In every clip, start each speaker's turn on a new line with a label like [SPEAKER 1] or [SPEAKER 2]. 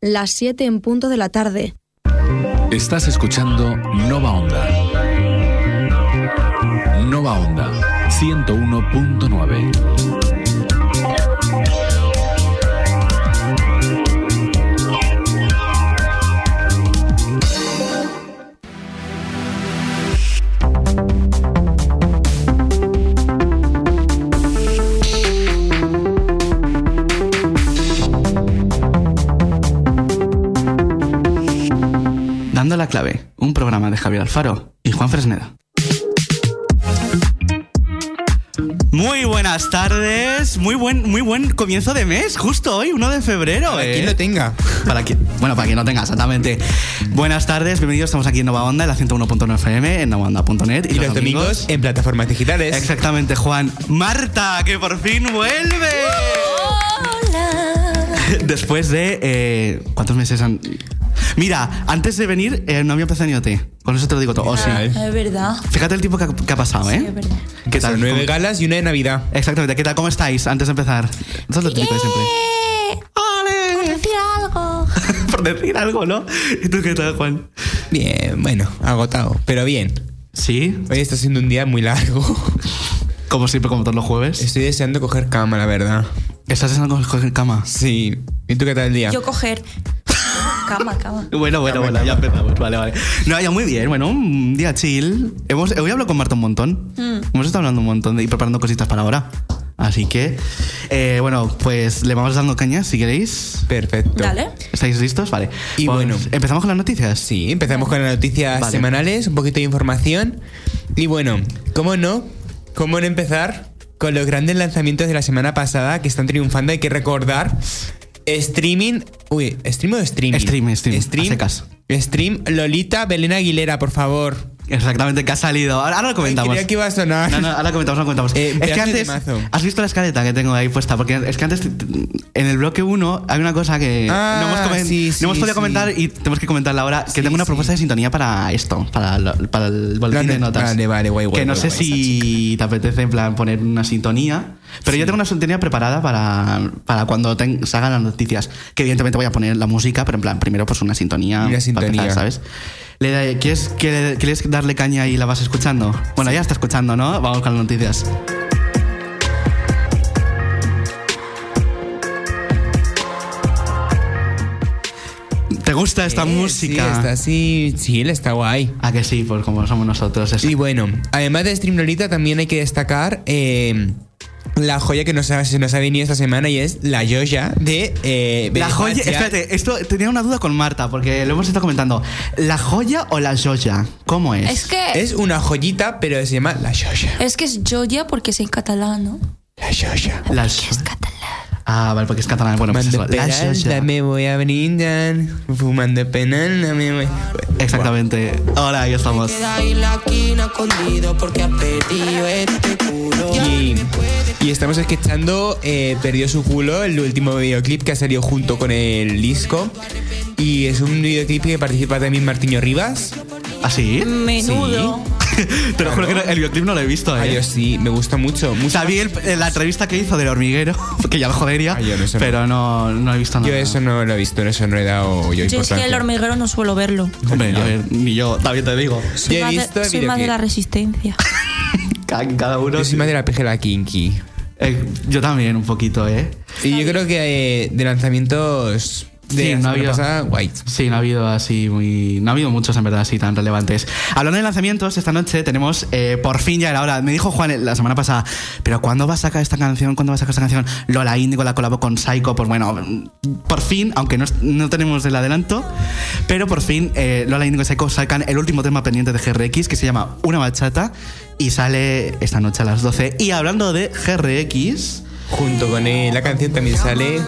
[SPEAKER 1] las 7 en punto de la tarde.
[SPEAKER 2] Estás escuchando Nova Onda. Nova Onda 101.9.
[SPEAKER 3] La Clave, un programa de Javier Alfaro y Juan Fresneda. Muy buenas tardes, muy buen, muy buen comienzo de mes, justo hoy, 1 de febrero.
[SPEAKER 4] Para
[SPEAKER 3] ¿eh?
[SPEAKER 4] quien lo tenga.
[SPEAKER 3] Para quien, bueno, para quien no tenga, exactamente. Buenas tardes, bienvenidos, estamos aquí en Nova Onda, en la 101.9 FM, en novaonda.net.
[SPEAKER 4] Y, los domingos en plataformas digitales.
[SPEAKER 3] Exactamente, Juan. Marta, que por fin vuelve. Después de... eh, ¿Cuántos meses han...? Mira, antes de venir eh, no había empezado té. Con eso te lo digo todo. Oh, sí.
[SPEAKER 5] Es verdad.
[SPEAKER 3] Fíjate el tiempo que ha, que ha pasado, ¿eh?
[SPEAKER 5] es verdad.
[SPEAKER 3] ¿Qué
[SPEAKER 4] Son
[SPEAKER 3] tal?
[SPEAKER 4] nueve
[SPEAKER 3] ¿Cómo-
[SPEAKER 4] galas y una de Navidad.
[SPEAKER 3] Exactamente, ¿qué tal? ¿Cómo estáis? Antes de empezar. Eso es lo típico de siempre. Ah.
[SPEAKER 5] ¡Eh!
[SPEAKER 3] ¡Ole!
[SPEAKER 5] Decir algo.
[SPEAKER 3] Por decir algo, ¿no? ¿Y tú qué tal, Juan?
[SPEAKER 4] Bien, bueno, agotado, pero bien.
[SPEAKER 3] Sí,
[SPEAKER 4] Hoy está siendo un día muy largo.
[SPEAKER 3] como siempre, como todos los jueves.
[SPEAKER 4] Estoy deseando coger cama, la verdad.
[SPEAKER 3] Estás en algo en cama.
[SPEAKER 4] Sí. ¿Y tú qué tal el día?
[SPEAKER 5] Yo coger. cama, cama.
[SPEAKER 3] Bueno, bueno,
[SPEAKER 4] Cama,
[SPEAKER 3] bueno,
[SPEAKER 4] cama.
[SPEAKER 3] ya empezamos. Vale, vale. No, ya muy bien. Bueno, un día chill. Hemos, hoy hablo con Marta un montón. Hemos estado hablando un montón de- y preparando cositas para ahora. Así que, eh, bueno, pues le vamos dando caña si queréis.
[SPEAKER 4] Perfecto.
[SPEAKER 5] Dale.
[SPEAKER 3] ¿Estáis listos? Vale. Pues,
[SPEAKER 4] Y bueno.
[SPEAKER 3] ¿Empezamos con las noticias?
[SPEAKER 4] Sí, empezamos con las noticias
[SPEAKER 3] Vale.
[SPEAKER 4] semanales, un poquito de información. Y bueno, ¿cómo no? ¿Cómo no empezar con los grandes lanzamientos de la semana pasada que están triunfando? Hay que recordar streaming... Uy, ¿stream o streaming?
[SPEAKER 3] Stream, stream, a secas.
[SPEAKER 4] Stream Lolita Belén Aguilera, por favor.
[SPEAKER 3] Exactamente, que ha salido. Ahora, ahora lo
[SPEAKER 4] Ay,
[SPEAKER 3] comentamos.
[SPEAKER 4] creía que iba a sonar.
[SPEAKER 3] No, no, ahora lo comentamos, ahora lo comentamos.
[SPEAKER 4] Ah. Eh,
[SPEAKER 3] es que
[SPEAKER 4] pedazo de
[SPEAKER 3] antes.
[SPEAKER 4] temazo.
[SPEAKER 3] ¿Has visto la escaleta que tengo ahí puesta? Porque es que antes, t- t- en el bloque 1, hay una cosa que
[SPEAKER 4] Ah,
[SPEAKER 3] no, hemos comen-
[SPEAKER 4] sí,
[SPEAKER 3] no
[SPEAKER 4] sí,
[SPEAKER 3] hemos podido
[SPEAKER 4] sí.
[SPEAKER 3] comentar y tenemos que comentarla ahora. Que
[SPEAKER 4] Sí,
[SPEAKER 3] tengo una
[SPEAKER 4] sí.
[SPEAKER 3] propuesta de sintonía para esto, para, lo- para el boletín
[SPEAKER 4] Vale,
[SPEAKER 3] de notas.
[SPEAKER 4] vale, vale, guay, guay,
[SPEAKER 3] Que no
[SPEAKER 4] guay,
[SPEAKER 3] sé
[SPEAKER 4] guay,
[SPEAKER 3] si te apetece, en plan, poner una sintonía. Pero yo tengo una sintonía preparada para, para cuando ten- salgan las noticias. Que evidentemente voy a poner la música, pero en plan, primero, pues una sintonía.
[SPEAKER 4] Una
[SPEAKER 3] para
[SPEAKER 4] sintonía.
[SPEAKER 3] empezar, ¿Sabes? Le da- ¿quieres, que- quieres darle caña y la vas escuchando? Bueno, ya está escuchando, ¿no? Vamos con las noticias. ¿Te gusta esta
[SPEAKER 4] Eh,
[SPEAKER 3] música?
[SPEAKER 4] Sí, está, sí, sí, él está guay.
[SPEAKER 3] Ah, que sí, pues como somos nosotros. es-
[SPEAKER 4] Y bueno, además de Stream Lolita, también hay que destacar eh, la joya que nos ha, se nos ha venido esta semana y es la Yoya de. eh,
[SPEAKER 3] La
[SPEAKER 4] Benny
[SPEAKER 3] joya,
[SPEAKER 4] Marcial.
[SPEAKER 3] espérate, esto tenía una duda con Marta, porque lo hemos estado comentando. ¿La joya o la joya? ¿Cómo es?
[SPEAKER 5] Es que. Es,
[SPEAKER 4] Es una joyita, pero se llama la Yoya.
[SPEAKER 5] que es Joya porque es en catalán, ¿no?
[SPEAKER 4] La Yoya.
[SPEAKER 3] La
[SPEAKER 5] Que
[SPEAKER 3] jo-
[SPEAKER 5] es catalán.
[SPEAKER 3] Ah, vale, porque es catalán. Bueno, pues
[SPEAKER 4] Fumando
[SPEAKER 3] eso, la
[SPEAKER 4] penal,
[SPEAKER 3] joya.
[SPEAKER 4] me voy a brindar. Fumando penal, no me voy.
[SPEAKER 3] Exactamente. Hola, ahí estamos.
[SPEAKER 6] Queda ahí la quina escondido porque has perdido este culo.
[SPEAKER 4] Y, y estamos escuchando eh, Perdió su culo, el último videoclip que ha salido junto con el disco. Y es un videoclip que participa también Martiño Rivas.
[SPEAKER 5] Ah,
[SPEAKER 3] ¿Así?
[SPEAKER 5] Menudo.
[SPEAKER 3] ¿Ah, Te lo juro que no- el videoclip no lo he visto,
[SPEAKER 4] Ay,
[SPEAKER 3] eh.
[SPEAKER 4] Ah, yo sí, me gusta mucho. mucho
[SPEAKER 3] Sabí el- en la entrevista que hizo del hormiguero, que ya lo jodería,
[SPEAKER 4] Ay, yo no, eso no.
[SPEAKER 3] pero no, no he visto nada.
[SPEAKER 4] Yo eso no lo he visto, eso no le he dado yo
[SPEAKER 5] Ah. Yo es que
[SPEAKER 4] importancia.
[SPEAKER 5] el hormiguero no suelo verlo.
[SPEAKER 3] Hombre, a ver, ni yo, también te digo.
[SPEAKER 5] Soy,
[SPEAKER 4] Yo he
[SPEAKER 5] más,
[SPEAKER 4] visto
[SPEAKER 5] de,
[SPEAKER 4] el
[SPEAKER 5] soy más de la
[SPEAKER 4] videoclip.
[SPEAKER 5] resistencia.
[SPEAKER 3] Cada, cada uno.
[SPEAKER 4] Yo soy más de la pijela kinky.
[SPEAKER 3] Eh, yo también, un poquito, ¿eh?
[SPEAKER 4] Y yo creo que eh, de lanzamientos de
[SPEAKER 3] Sí,
[SPEAKER 4] la
[SPEAKER 3] no
[SPEAKER 4] semana
[SPEAKER 3] había-
[SPEAKER 4] pasada, guay.
[SPEAKER 3] Sí, no ha habido así muy. No ha habido muchos en verdad así tan relevantes. Hablando de lanzamientos, esta noche tenemos eh, por fin ya la hora. Me dijo Juan la semana pasada, pero ¿cuándo va a sacar esta canción? ¿Cuándo va a sacar esta canción? Lola Índigo la colabó con Psycho. Pues bueno, por fin, aunque no, es- no tenemos el adelanto, pero por fin eh, Lola Índigo y Psycho sacan el último tema pendiente de GRX que se llama Una Bachata y sale esta noche a las 12. Y hablando de GRX.
[SPEAKER 4] Junto con eh, la canción también sale.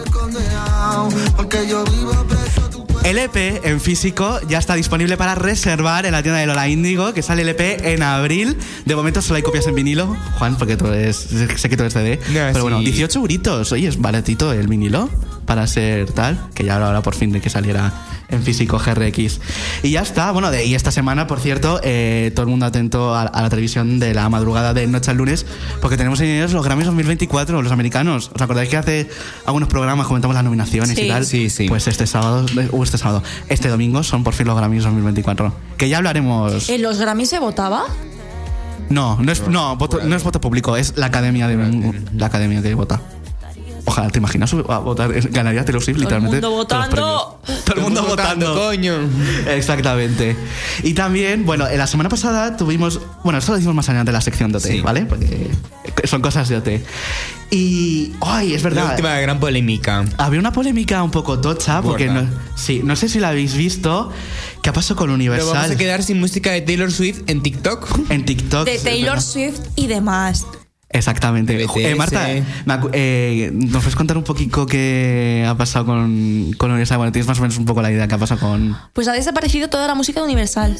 [SPEAKER 3] El EP en físico ya está disponible para reservar en la tienda de Lola Índigo, que sale el EP en abril. De momento solo hay copias en vinilo, Juan, porque tú eres, sé que tú eres CD.
[SPEAKER 4] No,
[SPEAKER 3] pero bueno,
[SPEAKER 4] sí.
[SPEAKER 3] 18 euritos. Oye, es baratito el vinilo. para ser tal, que ya era hora por fin de que saliera en físico GRX. Y ya está, bueno, de, y esta semana, por cierto, eh, todo el mundo atento a, a la televisión de la madrugada de noche al lunes, porque tenemos en ellos los Grammys 2024, los americanos. ¿Os acordáis que hace algunos programas comentamos las nominaciones y
[SPEAKER 5] Sí.
[SPEAKER 3] tal?
[SPEAKER 4] Sí, sí.
[SPEAKER 3] Pues este sábado, o este sábado, este domingo son por fin los Grammys 2024, que ya hablaremos...
[SPEAKER 5] ¿En los Grammy se votaba?
[SPEAKER 3] No, no es, no, voto, no es voto público, es la academia de la academia que vota. Ojalá, ¿te imaginas a votar? Ganaría Taylor Swift
[SPEAKER 5] Todo el
[SPEAKER 3] literalmente.
[SPEAKER 5] mundo
[SPEAKER 3] todos los
[SPEAKER 5] votando.
[SPEAKER 3] premios. Todo el mundo votando.
[SPEAKER 4] Coño.
[SPEAKER 3] Exactamente. Y también, bueno, en la semana pasada tuvimos. Bueno, esto lo decimos más adelante en la sección de OT,
[SPEAKER 4] Sí.
[SPEAKER 3] ¿vale? Porque son cosas de OT. Y. ¡Ay, es
[SPEAKER 4] La
[SPEAKER 3] verdad!
[SPEAKER 4] última gran polémica.
[SPEAKER 3] Había una polémica un poco tocha, porque
[SPEAKER 4] Gorda.
[SPEAKER 3] no, sí, no sé si la habéis visto. ¿Qué pasó con
[SPEAKER 4] Pero
[SPEAKER 3] Universal?
[SPEAKER 4] vamos a quedar sin música de Taylor Swift en TikTok.
[SPEAKER 3] En TikTok.
[SPEAKER 5] De
[SPEAKER 3] es
[SPEAKER 5] Taylor
[SPEAKER 3] verdad.
[SPEAKER 5] Swift y demás.
[SPEAKER 3] Exactamente.
[SPEAKER 4] BTS.
[SPEAKER 3] Eh, Marta, me acu- eh, ¿nos puedes contar un poquito qué ha pasado con, con Universal? Bueno, tienes más o menos un poco la idea que ha pasado con
[SPEAKER 5] Pues ha desaparecido toda la música de Universal.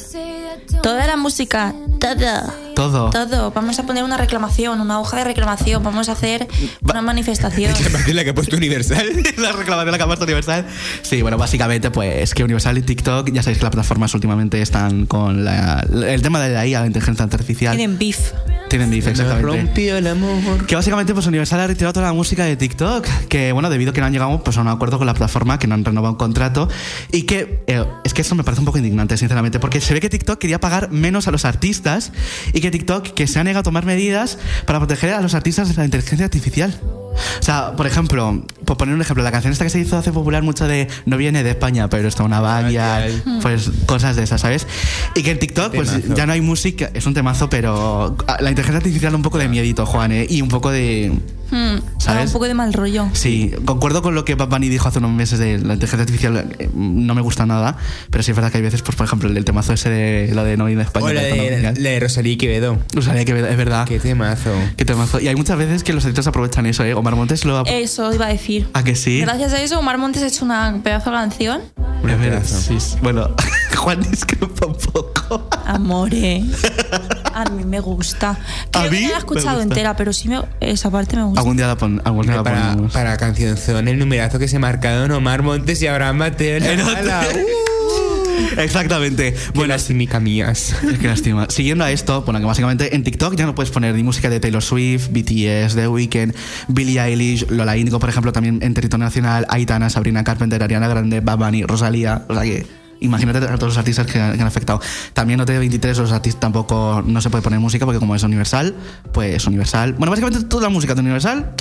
[SPEAKER 5] Toda la música. Toda.
[SPEAKER 3] todo.
[SPEAKER 5] Todo. Vamos a poner una reclamación, una hoja de reclamación. Vamos a hacer una manifestación.
[SPEAKER 4] Además de la que ha puesto Universal.
[SPEAKER 3] la reclamación la que ha puesto Universal. Sí, bueno, básicamente, pues que Universal y TikTok, ya sabéis que las plataformas últimamente están con la- el tema de la IA, la inteligencia artificial.
[SPEAKER 5] Tienen beef.
[SPEAKER 3] Tienen beef, exactamente.
[SPEAKER 4] Rompió el amor.
[SPEAKER 3] Que básicamente pues Universal ha retirado toda la música de TikTok, que bueno, debido a que no han llegado pues, a un acuerdo con la plataforma, que no han renovado un contrato, y que eh, es que eso me parece un poco indignante, sinceramente, porque se ve que TikTok quería pagar menos a los artistas y que TikTok que se ha negado a tomar medidas para proteger a los artistas de la inteligencia artificial. O sea, por ejemplo, por poner un ejemplo, la canción esta que se hizo hace popular mucho de no viene de España, pero está una valla,
[SPEAKER 4] Ay,
[SPEAKER 3] pues cosas de esas, ¿sabes? Y que en TikTok pues
[SPEAKER 4] Temazo.
[SPEAKER 3] ya no hay música, es un temazo, pero ah, la inteligencia artificial da un poco de miedito, Juan, ¿eh? y un poco de...
[SPEAKER 5] Hmm,
[SPEAKER 3] ¿Sabes?
[SPEAKER 5] da Un poco de mal rollo.
[SPEAKER 3] Sí, concuerdo con lo que Bad Bunny dijo hace unos meses de la inteligencia artificial, eh, no me gusta nada, pero sí es verdad que hay veces, pues, por ejemplo, el, el temazo ese de lo de no ir de España.
[SPEAKER 4] O la
[SPEAKER 3] pero está
[SPEAKER 4] de,
[SPEAKER 3] nominal.
[SPEAKER 4] la de Rosalía Quevedo. Ah,
[SPEAKER 3] O sea, que es verdad.
[SPEAKER 4] Qué temazo.
[SPEAKER 3] Qué temazo. Y hay muchas veces que los editores aprovechan eso, ¿eh? Omar Montes lo... ap-
[SPEAKER 5] Eso iba a decir.
[SPEAKER 3] ¿A que ¿Ah, sí?
[SPEAKER 5] Gracias a eso, Omar Montes ha hecho una pedazo de canción.
[SPEAKER 3] Hombre, pero-
[SPEAKER 4] abrazo.
[SPEAKER 3] sí, sí. Bueno, Juan discrepa un poco.
[SPEAKER 5] Amore. A mí me gusta. Creo
[SPEAKER 3] ¿A
[SPEAKER 5] que
[SPEAKER 3] mí?
[SPEAKER 5] no la he
[SPEAKER 3] Me
[SPEAKER 5] escuchado
[SPEAKER 3] gusta.
[SPEAKER 5] entera, pero sí me, esa parte me gusta.
[SPEAKER 3] Algún día la, pon- algún día la
[SPEAKER 4] Para,
[SPEAKER 3] ponemos.
[SPEAKER 4] para Cancionzón, el numerazo que se marcaron Omar Montes y Abraham Mateo. uh.
[SPEAKER 3] En otro- Exactamente.
[SPEAKER 4] Bueno,
[SPEAKER 3] Bueno,
[SPEAKER 4] así mías.
[SPEAKER 3] Es que lástima. Siguiendo a esto, bueno, que básicamente en TikTok ya no puedes poner ni música de Taylor Swift, BTS, The Weeknd, Billie Eilish, Lola Índigo, por ejemplo, también en territorio nacional, Aitana, Sabrina Carpenter, Ariana Grande, Bad Bunny, Rosalía, o sea que imagínate a todos los artistas que han, que han afectado. También OT23, los artistas tampoco no se puede poner música porque como es universal, pues es universal. Bueno, básicamente toda la música de universal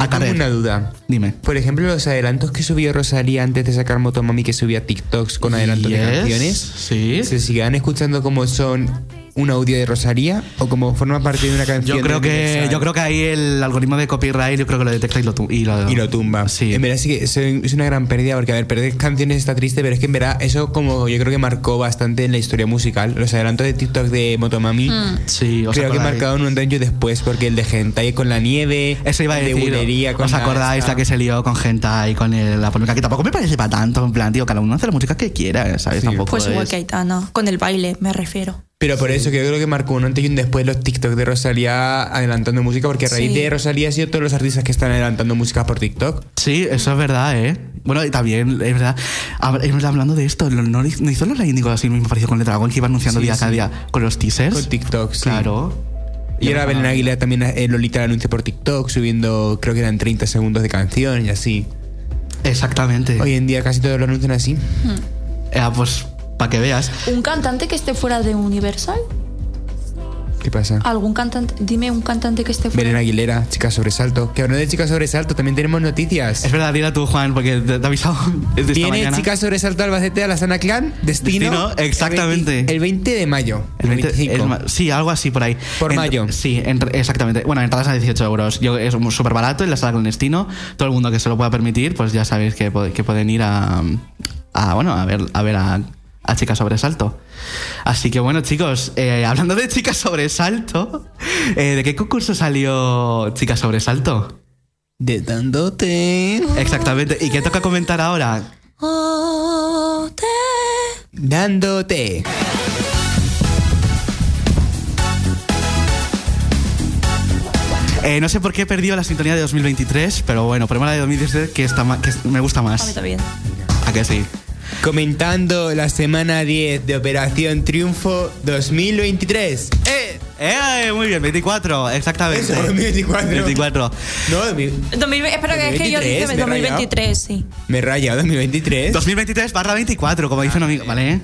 [SPEAKER 3] a
[SPEAKER 4] Tengo
[SPEAKER 3] carrer.
[SPEAKER 4] una duda.
[SPEAKER 3] Dime.
[SPEAKER 4] Por ejemplo, los adelantos que subió Rosalía antes de sacar Motomami, que subía TikToks con adelantos
[SPEAKER 3] Yes,
[SPEAKER 4] de canciones.
[SPEAKER 3] sí.
[SPEAKER 4] ¿Se sigan escuchando como son un audio de Rosalía o como forma parte de una canción?
[SPEAKER 3] Yo creo,
[SPEAKER 4] de
[SPEAKER 3] que,
[SPEAKER 4] Universal?
[SPEAKER 3] yo creo que ahí el algoritmo de copyright yo creo que lo detecta y lo, tu- y lo,
[SPEAKER 4] Y lo tumba.
[SPEAKER 3] Sí.
[SPEAKER 4] En verdad sí que es- es una gran pérdida porque, a ver, perder canciones está triste, pero es que en verdad eso como yo creo que marcó bastante en la historia musical. Los adelantos de TikTok de Motomami
[SPEAKER 3] Sí, os
[SPEAKER 4] creo que
[SPEAKER 3] acordáis.
[SPEAKER 4] marcaron un antes y un después porque el de Hentai con la nieve,
[SPEAKER 3] Eso iba a
[SPEAKER 4] el de
[SPEAKER 3] decir.
[SPEAKER 4] bulería con
[SPEAKER 3] ¿Os acordáis la
[SPEAKER 4] esta?
[SPEAKER 3] que se lió con Gentai, con el- la polémica? Que tampoco me parece para tanto. En plan, tío, cada uno hace la música que quiera, ¿sabes?
[SPEAKER 4] Sí.
[SPEAKER 3] Tampoco
[SPEAKER 5] Pues igual
[SPEAKER 3] es-
[SPEAKER 5] que Aitana. Con el baile, me refiero.
[SPEAKER 4] Pero por eso que yo creo que marcó un antes y un después los TikTok de Rosalía adelantando música, porque a raíz
[SPEAKER 5] Sí.
[SPEAKER 4] de Rosalía ha sido todos los artistas que están adelantando música por TikTok.
[SPEAKER 3] Sí, eso es verdad, ¿eh? Bueno, y también, es verdad, hab- es verdad, hablando de esto, ¿no, no hizo- no hizo los Índigo así mismo parecido con Letra Gol que iba anunciando
[SPEAKER 4] Sí,
[SPEAKER 3] día a
[SPEAKER 4] sí.
[SPEAKER 3] día con los teasers?
[SPEAKER 4] Con TikTok, sí.
[SPEAKER 3] Claro.
[SPEAKER 4] Y ahora Belén Aguilera también eh, Lolita la anuncia por TikTok, subiendo creo que eran 30 segundos de canción y así.
[SPEAKER 3] Exactamente.
[SPEAKER 4] Hoy en día casi todos lo anuncian así.
[SPEAKER 3] Eh, pues, para que veas.
[SPEAKER 5] ¿Un cantante que esté fuera de Universal?
[SPEAKER 4] ¿Qué pasa?
[SPEAKER 3] Ah.
[SPEAKER 5] ¿Algún cantante? Dime un cantante que esté fuera.
[SPEAKER 4] Belén Aguilera, Chica Sobresalto. Que hablando de Chica Sobresalto, también tenemos noticias.
[SPEAKER 3] Es verdad, dila tú, Juan, porque te, te he avisado. es de esta
[SPEAKER 4] Viene
[SPEAKER 3] mañana.
[SPEAKER 4] Chica Sobresalto Albacete a la Sana Clan, destino.
[SPEAKER 3] Destino, exactamente.
[SPEAKER 4] El 20, el 20 de mayo.
[SPEAKER 3] El 20
[SPEAKER 4] 25.
[SPEAKER 3] el ma- sí, algo así por ahí.
[SPEAKER 4] Por mayo.
[SPEAKER 3] Sí, entr- exactamente. Bueno, entradas a 18 euros. Yo, es mu- súper barato en la sala clandestino. Todo el mundo que se lo pueda permitir, pues ya sabéis que, pod- que pueden ir a, a, bueno, a ver a, ver a, a Chicas Sobresalto. Así que bueno, chicos, eh, hablando de Chicas Sobresalto, eh, ¿de qué concurso salió Chicas Sobresalto?
[SPEAKER 4] De dándote.
[SPEAKER 3] Exactamente. ¿Y qué toca comentar ahora?
[SPEAKER 5] Oh, te-
[SPEAKER 4] Dándote.
[SPEAKER 3] Eh, Eh, no sé por qué he perdido la sintonía de 2023, pero bueno, ponemos la de 2023 que, está ma- que es- me gusta
[SPEAKER 5] A mí
[SPEAKER 3] más.
[SPEAKER 5] también.
[SPEAKER 3] ¿A que sí?
[SPEAKER 4] Comentando la semana 10 de Operación Triunfo 2023. ¡Eh!
[SPEAKER 3] Eh, muy bien, 24, exactamente.
[SPEAKER 4] Eso, 24.
[SPEAKER 3] 24.
[SPEAKER 4] No, mi-
[SPEAKER 5] 2020 espera que es que yo dije
[SPEAKER 4] 2023, me he rayado.
[SPEAKER 5] 2023, sí.
[SPEAKER 4] me he rayado 2023.
[SPEAKER 3] 2023 barra 24, como dice un amigo, ¿vale? ¿eh?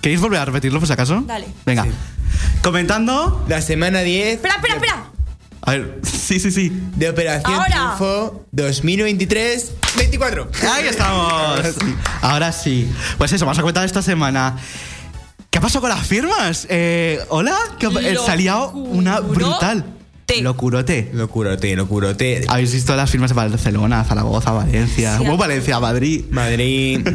[SPEAKER 3] ¿Queréis volver a repetirlo por si acaso?
[SPEAKER 5] Dale.
[SPEAKER 3] Venga.
[SPEAKER 4] Ah, Sí.
[SPEAKER 3] Comentando.
[SPEAKER 4] La semana 10
[SPEAKER 5] Espera, espera, espera.
[SPEAKER 3] A ver, sí, sí, sí.
[SPEAKER 4] de Operación
[SPEAKER 5] Ahora.
[SPEAKER 4] Triunfo 2023 24.
[SPEAKER 3] Ahí estamos.
[SPEAKER 4] Ahora sí.
[SPEAKER 3] Ahora sí. Pues eso, vamos a comentar esta semana. ¿Qué ha pasado con las firmas? Eh, ¿Hola? ¿Qué ha- eh, se ha liado una brutal.
[SPEAKER 5] Locurote.
[SPEAKER 3] Locurote.
[SPEAKER 4] Locurote, locurote.
[SPEAKER 3] Habéis visto las firmas de Barcelona, Zaragoza, Valencia.
[SPEAKER 5] Sí.
[SPEAKER 3] Bueno, Valencia, Madrid.
[SPEAKER 4] Madrid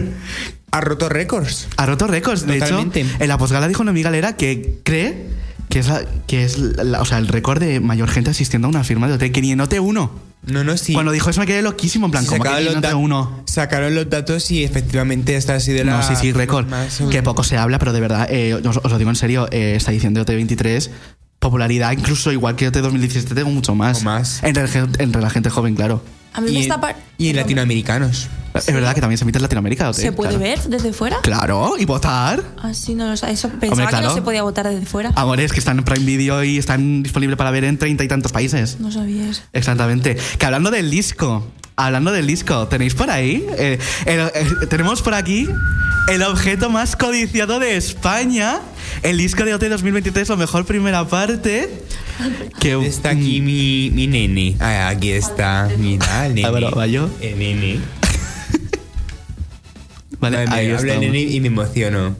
[SPEAKER 4] ha roto récords.
[SPEAKER 3] Ha roto récords. De
[SPEAKER 4] Totalmente.
[SPEAKER 3] hecho, en la posgala dijo una amiga Lera que cree que es, la- que es la- o sea, el récord de mayor gente asistiendo a una firma de OT que ni en OT1.
[SPEAKER 4] No, no, sí.
[SPEAKER 3] Cuando dijo eso me quedé loquísimo, en plan,
[SPEAKER 4] Sí,
[SPEAKER 3] ¿cómo que ni en
[SPEAKER 4] da-
[SPEAKER 3] OT1?
[SPEAKER 4] sacaron los datos y efectivamente esta ha sido la.
[SPEAKER 3] No, sí, sí, récord.
[SPEAKER 4] más-
[SPEAKER 3] Que poco se habla, pero de verdad, eh, os, os lo digo en serio, eh, esta edición de OT23, popularidad incluso igual que OT 2017, tengo mucho más.
[SPEAKER 4] O más.
[SPEAKER 3] Entre, el gen- entre la gente joven, claro.
[SPEAKER 5] A mí
[SPEAKER 4] y,
[SPEAKER 5] me está par-
[SPEAKER 4] y latinoamericanos.
[SPEAKER 3] Es verdad que también se emite en Latinoamérica, OT.
[SPEAKER 5] ¿Se puede
[SPEAKER 3] claro.
[SPEAKER 5] ver desde fuera?
[SPEAKER 3] Claro, y votar.
[SPEAKER 5] Ah, sí, no lo sé. Eso pensaba que
[SPEAKER 3] claro. Ah.
[SPEAKER 5] no se podía votar desde fuera.
[SPEAKER 3] Amores, que están en Prime Video y están disponibles para ver en treinta y tantos países.
[SPEAKER 5] No sabía eso.
[SPEAKER 3] Exactamente. Que hablando del disco, hablando del disco, ¿tenéis por ahí? Eh, el- eh, tenemos por aquí el objeto más codiciado de España, el disco de OT 2023, lo mejor primera parte. Que mm,
[SPEAKER 4] Está aquí mi, mi nene. Ah, aquí está. Mira, el nene.
[SPEAKER 3] Álvaro, ¿va yo?
[SPEAKER 4] El nene.
[SPEAKER 3] Vale,
[SPEAKER 4] Madre mía,
[SPEAKER 3] ahí
[SPEAKER 4] habla el
[SPEAKER 3] estamos.
[SPEAKER 4] nene y me emociono.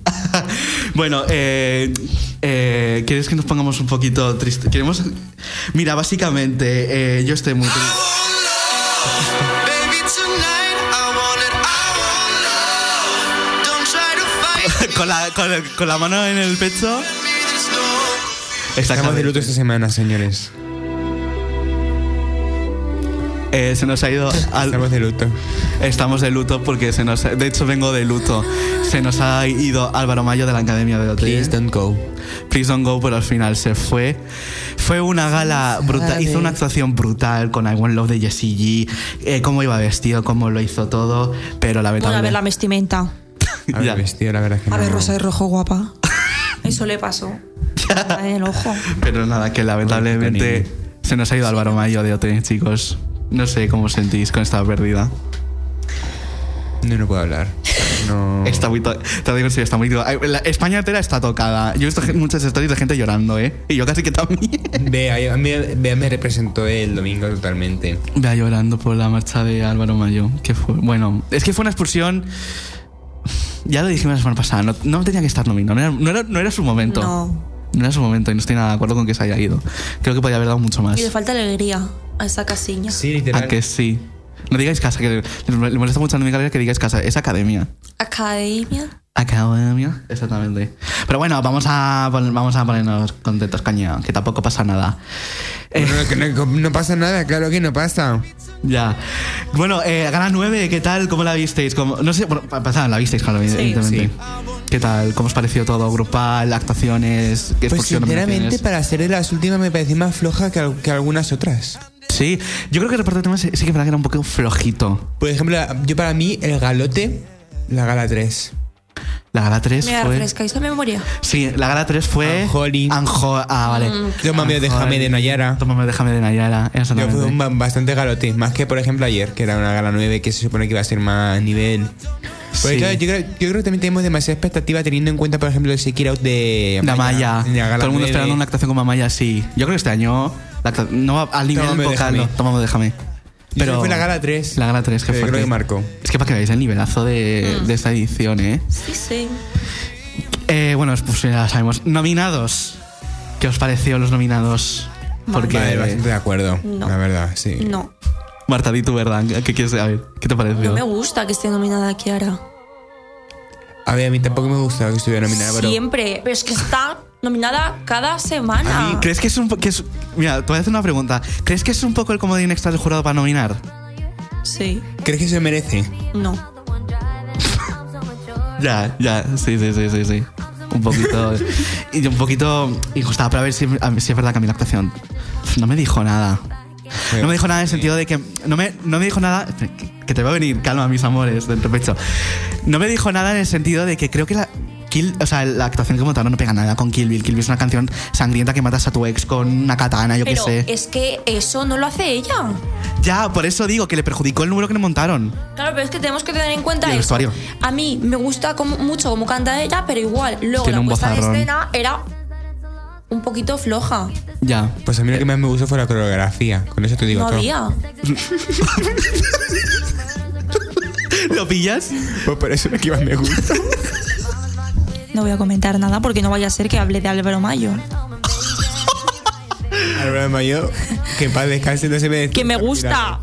[SPEAKER 3] Bueno, eh, eh, ¿quieres que nos pongamos un poquito tristes? Queremos. Mira, básicamente, eh, yo estoy muy triste. con, la, con, el- con la mano en el pecho.
[SPEAKER 4] Estamos de
[SPEAKER 3] Exactamente.
[SPEAKER 4] luto esta semana, señores.
[SPEAKER 3] Eh, se nos ha ido. al-
[SPEAKER 4] Estamos de luto.
[SPEAKER 3] Estamos de luto porque se nos. ha- De hecho, vengo de luto. Se nos ha ido Álvaro Mayo de la Academia de OT.
[SPEAKER 4] Please don't go.
[SPEAKER 3] Please don't go, pero al final se fue. Fue una gala brutal. Hizo una actuación brutal con I Want Love de Jessie G. eh, cómo iba vestido, cómo lo hizo todo. Pero la
[SPEAKER 5] Bueno, a ver la vestimenta.
[SPEAKER 4] A ver,
[SPEAKER 3] Ya.
[SPEAKER 4] vestido, la verdad es que
[SPEAKER 5] A ver,
[SPEAKER 4] no.
[SPEAKER 5] rosa de rojo guapa. Eso le pasó. La del ojo.
[SPEAKER 3] Pero nada, que lamentablemente
[SPEAKER 4] Pobre
[SPEAKER 3] se nos ha ido Álvaro Mayo de OT, chicos. No sé cómo os sentís con esta pérdida.
[SPEAKER 4] No, no puedo hablar. No.
[SPEAKER 3] Está muy to- te lo digo en serio, está muy to- Ay, la- España entera está tocada. Yo he visto gen- muchas historias de gente llorando, ¿eh? Y yo casi que también.
[SPEAKER 4] Vea, yo- a mí- Vea me representó el domingo totalmente.
[SPEAKER 3] Vea llorando por la marcha de Álvaro Mayo. Que fue, bueno, es que fue una expulsión. Ya lo dijimos la semana pasada, no, no tenía que estar nominado, no era, no era- no era su momento.
[SPEAKER 5] No.
[SPEAKER 3] No era su momento y no estoy nada de acuerdo con que se haya ido. Creo que podía haber dado mucho más.
[SPEAKER 5] Y le falta alegría a esa casiña.
[SPEAKER 4] Sí, literal.
[SPEAKER 3] A Ah, que sí. No digáis casa, que le, le molesta mucho a mi carrera que digáis casa, es academia.
[SPEAKER 5] Academia.
[SPEAKER 3] Academia, exactamente. Pero bueno, vamos a, pon- vamos a ponernos contentos, caña, que tampoco pasa nada. Eh,
[SPEAKER 4] No, que no, no pasa nada, claro que no pasa.
[SPEAKER 3] ya. Bueno, eh, Gala 9, ¿qué tal? ¿Cómo la visteis? ¿Cómo- no sé, bueno, para empezar, la visteis, claro, evidentemente.
[SPEAKER 4] sí.
[SPEAKER 3] ¿Qué tal? ¿Cómo os pareció todo? ¿Grupal? ¿Actuaciones? ¿Qué
[SPEAKER 4] Pues
[SPEAKER 3] expulsión,
[SPEAKER 4] sinceramente,
[SPEAKER 3] nominaciones?
[SPEAKER 4] para ser de las últimas me pareció más floja que, al- que algunas otras.
[SPEAKER 3] Sí, yo creo que el reparto de temas sí sí que es verdad que era un poco flojito.
[SPEAKER 4] Por ejemplo, yo para mí, el galote, la gala 3.
[SPEAKER 3] La Gala 3
[SPEAKER 5] Me
[SPEAKER 3] fue...
[SPEAKER 5] refrescáis la memoria.
[SPEAKER 3] Sí, la gala 3 fue.
[SPEAKER 4] Anjoli.
[SPEAKER 3] Anjo- ah, vale.
[SPEAKER 4] Mm. Tómame, déjame de Nayara.
[SPEAKER 3] Tómame, déjame de Nayara.
[SPEAKER 4] Yo
[SPEAKER 3] Exactamente.
[SPEAKER 4] fui un ba- bastante galote, más que por ejemplo ayer, que era una gala 9 que se supone que iba a ser más nivel. Porque
[SPEAKER 3] Sí.
[SPEAKER 4] claro, Pues yo, creo, yo creo que también tenemos demasiada expectativa teniendo en cuenta, por ejemplo, el Seek It Out de
[SPEAKER 3] La Maya.
[SPEAKER 4] en la gala
[SPEAKER 3] Todo el mundo
[SPEAKER 4] 9.
[SPEAKER 3] esperando una actuación como Maya, sí. Yo creo que este año. la actua- no va al nivel
[SPEAKER 4] Tómame,
[SPEAKER 3] vocal.
[SPEAKER 4] déjame.
[SPEAKER 3] no. Tómame, déjame.
[SPEAKER 4] Yo creo que fue la gala 3.
[SPEAKER 3] La gala 3, que
[SPEAKER 4] Pero
[SPEAKER 3] fue.
[SPEAKER 4] creo que marcó.
[SPEAKER 3] Es que para que veáis el nivelazo de, de esta edición, ¿eh?
[SPEAKER 5] Sí, sí.
[SPEAKER 3] Eh, Bueno, pues ya sabemos. Nominados. ¿Qué os pareció los nominados? Porque.
[SPEAKER 4] Vale, bastante de acuerdo,
[SPEAKER 5] No.
[SPEAKER 4] la verdad, sí.
[SPEAKER 5] No.
[SPEAKER 3] Marta, di tú, ¿verdad? ¿Qué quieres A ver, ¿Qué te pareció?
[SPEAKER 5] No me gusta que esté nominada Kiara.
[SPEAKER 4] A ver, a mí tampoco me gustaba que estuviera nominada, pero.
[SPEAKER 5] Siempre. Pero es que está nominada cada semana.
[SPEAKER 3] ¿Y ¿Crees que es un poco.? Mira, te voy a hacer una pregunta. ¿Crees que es un poco el comodín extra del jurado para nominar?
[SPEAKER 5] Sí.
[SPEAKER 4] ¿Crees que se merece?
[SPEAKER 5] No.
[SPEAKER 3] Ya, ya, sí, sí, sí, sí. sí. Un poquito. y un poquito injusta, pero a ver si, a ver si es verdad que a mí la actuación. No me dijo nada. No me dijo nada en el sentido de que. No me, no me dijo nada. Que te va a venir, calma, mis amores, del pecho. No me dijo nada en el sentido de que creo que la. Kill, o sea, la actuación que montaron no pega nada con Kill Bill. Kill Bill es una canción sangrienta que matas a tu ex con una katana, yo qué
[SPEAKER 5] Pero
[SPEAKER 3] sé.
[SPEAKER 5] es que eso no lo hace ella.
[SPEAKER 3] Ya, por eso digo que le perjudicó el número que le montaron.
[SPEAKER 5] Claro, pero es que tenemos que tener en cuenta
[SPEAKER 3] Y el
[SPEAKER 5] eso.
[SPEAKER 3] vestuario.
[SPEAKER 5] A mí me gusta como- mucho cómo canta ella, pero igual luego
[SPEAKER 3] Tiene
[SPEAKER 5] la
[SPEAKER 3] un
[SPEAKER 5] puesta en
[SPEAKER 3] vozarrón.
[SPEAKER 5] escena era un poquito floja.
[SPEAKER 3] Ya.
[SPEAKER 4] Pues a mí lo que más me gustó fue la coreografía. Con eso te digo
[SPEAKER 5] no
[SPEAKER 4] todo.
[SPEAKER 5] había.
[SPEAKER 3] ¿Lo pillas?
[SPEAKER 4] Pues por eso es lo que más me gusta.
[SPEAKER 5] No voy a comentar nada porque no vaya a ser que hable de Álvaro Mayo.
[SPEAKER 4] Álvaro de Mayo, que paz descanse, no se me.
[SPEAKER 5] Que me gusta.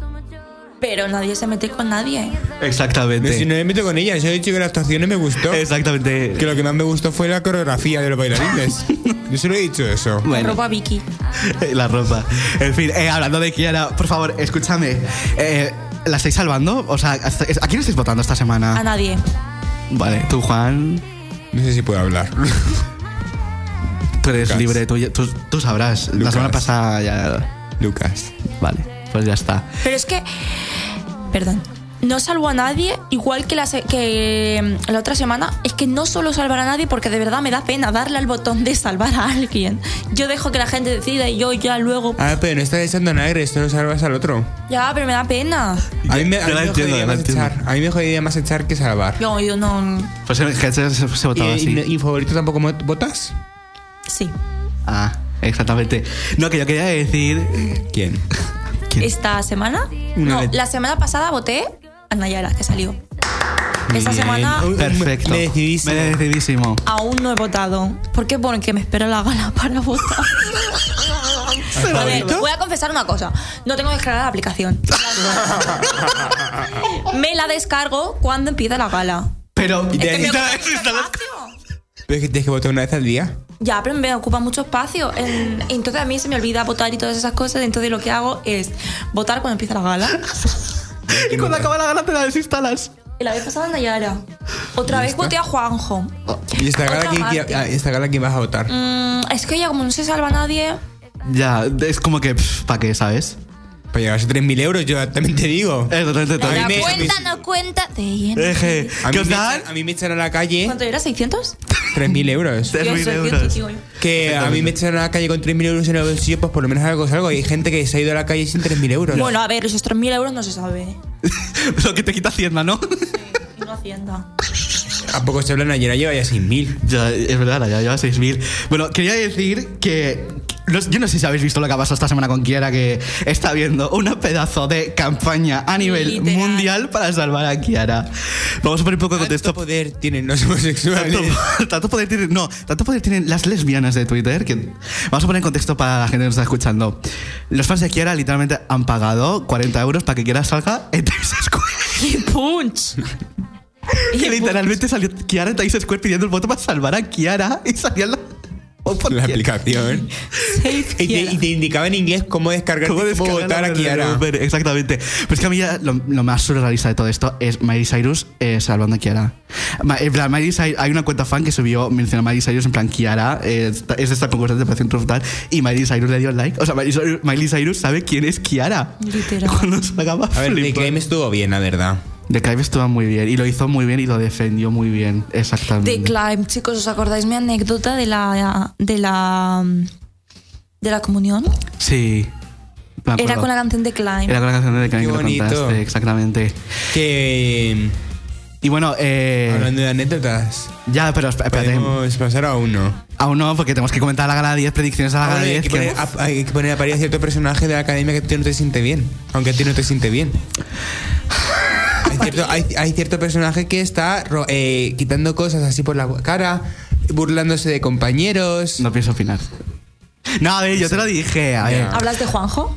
[SPEAKER 5] Pero nadie se mete con nadie.
[SPEAKER 4] No, si
[SPEAKER 3] Exactamente.
[SPEAKER 4] no me meto con ella, yo he dicho que la actuación no me gustó.
[SPEAKER 3] Exactamente.
[SPEAKER 4] Que lo que más me gustó fue la coreografía de los bailarines. Yo solo he dicho eso.
[SPEAKER 3] Bueno.
[SPEAKER 5] Ropa Vicky.
[SPEAKER 3] La ropa. En fin, eh, hablando de Kiara, por favor, escúchame. Eh, ¿La estáis salvando? O sea, ¿a quién estáis votando esta
[SPEAKER 5] A
[SPEAKER 3] semana?
[SPEAKER 5] nadie.
[SPEAKER 3] Vale, tú, Juan,
[SPEAKER 4] No sé si puedo hablar.
[SPEAKER 3] tú eres
[SPEAKER 4] Lucas.
[SPEAKER 3] libre, tú, tú- tú sabrás. La
[SPEAKER 4] Lucas.
[SPEAKER 3] semana pasada ya.
[SPEAKER 4] Lucas.
[SPEAKER 3] Vale, pues ya está.
[SPEAKER 5] Pero es que. Perdón. No salvo a nadie, igual que la, se- que mm, la otra semana. Es que no solo salvar a nadie porque de verdad me da pena darle al botón de salvar a alguien. Yo dejo que la gente decida y yo ya luego.
[SPEAKER 4] Ah, pero no estás echando a nadie, esto lo salvas al otro.
[SPEAKER 5] Ya, pero me da pena.
[SPEAKER 4] A mí me, a
[SPEAKER 3] Yo
[SPEAKER 4] mí
[SPEAKER 3] la
[SPEAKER 4] me
[SPEAKER 3] entiendo,
[SPEAKER 4] jodería
[SPEAKER 3] la
[SPEAKER 4] más
[SPEAKER 3] entiendo.
[SPEAKER 4] echar. A mí me jodería más echar que salvar.
[SPEAKER 5] Yo, yo no. mm,
[SPEAKER 3] Pues en que se, se- se
[SPEAKER 4] ¿Y,
[SPEAKER 3] votaba así.
[SPEAKER 4] y- y favorito tampoco mo- votas?
[SPEAKER 5] Sí.
[SPEAKER 3] Ah, exactamente. No, que yo quería decir.
[SPEAKER 4] ¿Quién?
[SPEAKER 3] ¿Quién?
[SPEAKER 5] Esta semana.
[SPEAKER 4] Una
[SPEAKER 5] no,
[SPEAKER 4] vez.
[SPEAKER 5] la semana pasada voté a Nayara, que salió. Esta
[SPEAKER 4] Bien.
[SPEAKER 5] semana
[SPEAKER 4] Uy,
[SPEAKER 3] Perfecto.
[SPEAKER 4] me decidísimo.
[SPEAKER 3] Me decidísimo.
[SPEAKER 5] aún no he votado. ¿Por qué? Porque me espero la gala para votar. A ver, voy a confesar una cosa. No tengo descargada la aplicación. me la descargo cuando empieza la gala.
[SPEAKER 3] Pero.
[SPEAKER 4] Y te-
[SPEAKER 5] Es que me
[SPEAKER 4] y te-
[SPEAKER 5] ocupa
[SPEAKER 4] y te-
[SPEAKER 5] mucho espacio.
[SPEAKER 4] Pero es Pues que tienes que votar una vez al día.
[SPEAKER 5] Ya, pero me ocupa mucho espacio. En- Entonces a mí se me olvida votar y todas esas cosas. Entonces lo que hago es votar cuando empieza la gala.
[SPEAKER 3] Y cuando acaba la gala te la desinstalas.
[SPEAKER 5] Y la vez pasada Nayara. Otra vez voté a Juanjo.
[SPEAKER 3] Oh.
[SPEAKER 4] ¿Y esta gala,
[SPEAKER 5] Otra
[SPEAKER 4] quién, quién-
[SPEAKER 5] Martín.
[SPEAKER 4] ah, esta gala quién vas a votar?
[SPEAKER 5] Mm, es que ya como no se salva nadie.
[SPEAKER 3] Ya, es como que. ¿Para qué, sabes?
[SPEAKER 5] Mm.
[SPEAKER 4] Para llevarse 3.000 euros, yo también te digo.
[SPEAKER 3] Eh, totalmente,
[SPEAKER 4] A mí
[SPEAKER 5] La
[SPEAKER 4] me-
[SPEAKER 5] cuenta
[SPEAKER 4] a mí-
[SPEAKER 5] no cuenta de lleno.
[SPEAKER 3] Eje,
[SPEAKER 4] A mí,
[SPEAKER 3] ¿Qué os
[SPEAKER 4] me,
[SPEAKER 3] dan?
[SPEAKER 4] echan- a mí me echaron a la calle
[SPEAKER 5] ¿Cuánto era? ¿600?
[SPEAKER 4] 3.000 euros.
[SPEAKER 3] Tres
[SPEAKER 5] Yo
[SPEAKER 3] mil
[SPEAKER 5] soy
[SPEAKER 3] euros.
[SPEAKER 5] 100, digo yo.
[SPEAKER 4] Que a mí me echaron a la calle con 3.000 euros en el bolsillo, pues por lo menos algo es algo. Hay gente que se ha ido a la calle sin 3.000 euros.
[SPEAKER 5] Bueno, a ver, esos 3.000 euros no se sabe. ¿eh?
[SPEAKER 3] Lo que te quita Hacienda, ¿no?
[SPEAKER 5] Y no Hacienda.
[SPEAKER 4] ¿A poco se hablan ayer? Lleva ya 6.000.
[SPEAKER 3] ya, es verdad, ya lleva 6.000. Bueno, quería decir que. no- yo no sé si habéis visto lo que ha pasado esta semana con Kiara, que está viendo una pedazo de campaña a nivel
[SPEAKER 5] Literal.
[SPEAKER 3] mundial para salvar a Kiara. Vamos a poner un poco de
[SPEAKER 4] ¿Cuánto
[SPEAKER 3] contexto.
[SPEAKER 4] poder tienen los homosexuales?
[SPEAKER 3] Tanto, tanto poder tienen, no, tanto poder tienen las lesbianas de Twitter que vamos a poner en contexto para la gente que nos está escuchando. Los fans de Kiara literalmente han pagado 40 euros para que Kiara salga en Times Square.
[SPEAKER 5] ¡Y punch!
[SPEAKER 3] Que literalmente salió Kiara en Times Square pidiendo el voto para salvar a Kiara y salía la, oh, por
[SPEAKER 4] La
[SPEAKER 3] Kiara.
[SPEAKER 4] aplicación.
[SPEAKER 5] Safe
[SPEAKER 4] Y te,
[SPEAKER 5] Kiara.
[SPEAKER 4] y te indicaba en inglés cómo descargar, cómo,
[SPEAKER 3] descargar la
[SPEAKER 4] votar a
[SPEAKER 3] verdadera
[SPEAKER 4] Kiara.
[SPEAKER 3] mujer? Exactamente. Pero es que a mí ya lo, lo más surrealista de todo esto es Miley Cyrus eh, salvando a Kiara. Ma- en plan, Miley Cy- hay una cuenta fan que subió, menciona a Miley Cyrus en plan, Kiara eh, está- es esta concursante de Operación Triunfo tal, y Miley Cyrus le dio like. O sea, Miley Cyrus, Miley Cyrus sabe quién es Kiara.
[SPEAKER 5] Literal.
[SPEAKER 3] Cuando se acaba
[SPEAKER 4] A ver, The Claim estuvo bien, la verdad.
[SPEAKER 3] The Clive estuvo muy bien y lo hizo muy bien y lo defendió muy bien. Exactamente.
[SPEAKER 4] Mm.
[SPEAKER 5] The Climb, chicos, ¿os acordáis mi anécdota de la. de la. de la comunión?
[SPEAKER 3] Sí. Me
[SPEAKER 4] Ah,
[SPEAKER 3] acuerdo.
[SPEAKER 5] Era con la canción de Climb.
[SPEAKER 3] Era con la canción de The Clive
[SPEAKER 4] Qué
[SPEAKER 3] que lo
[SPEAKER 4] bonito.
[SPEAKER 3] contaste, exactamente.
[SPEAKER 4] Que.
[SPEAKER 3] Y bueno, eh,
[SPEAKER 4] Hablando de anécdotas,
[SPEAKER 3] ya, pero esp- espérate.
[SPEAKER 4] podemos pasar a uno.
[SPEAKER 3] Aún no, porque tenemos que comentar la gala 10, predicciones a la
[SPEAKER 4] Ahora
[SPEAKER 3] gala
[SPEAKER 4] hay,
[SPEAKER 3] 10.
[SPEAKER 4] que
[SPEAKER 3] que- ah,
[SPEAKER 4] poner a, hay que poner a parir a cierto personaje de la academia que a ti no te siente bien. Aunque a ti no te siente bien. Hay cierto, hay- hay cierto personaje que está ro- eh, quitando cosas así por la cara, burlándose de compañeros.
[SPEAKER 3] No pienso opinar. No, a ver, yo te lo dije. A ver,
[SPEAKER 4] Ya.
[SPEAKER 5] ¿Hablas de Juanjo?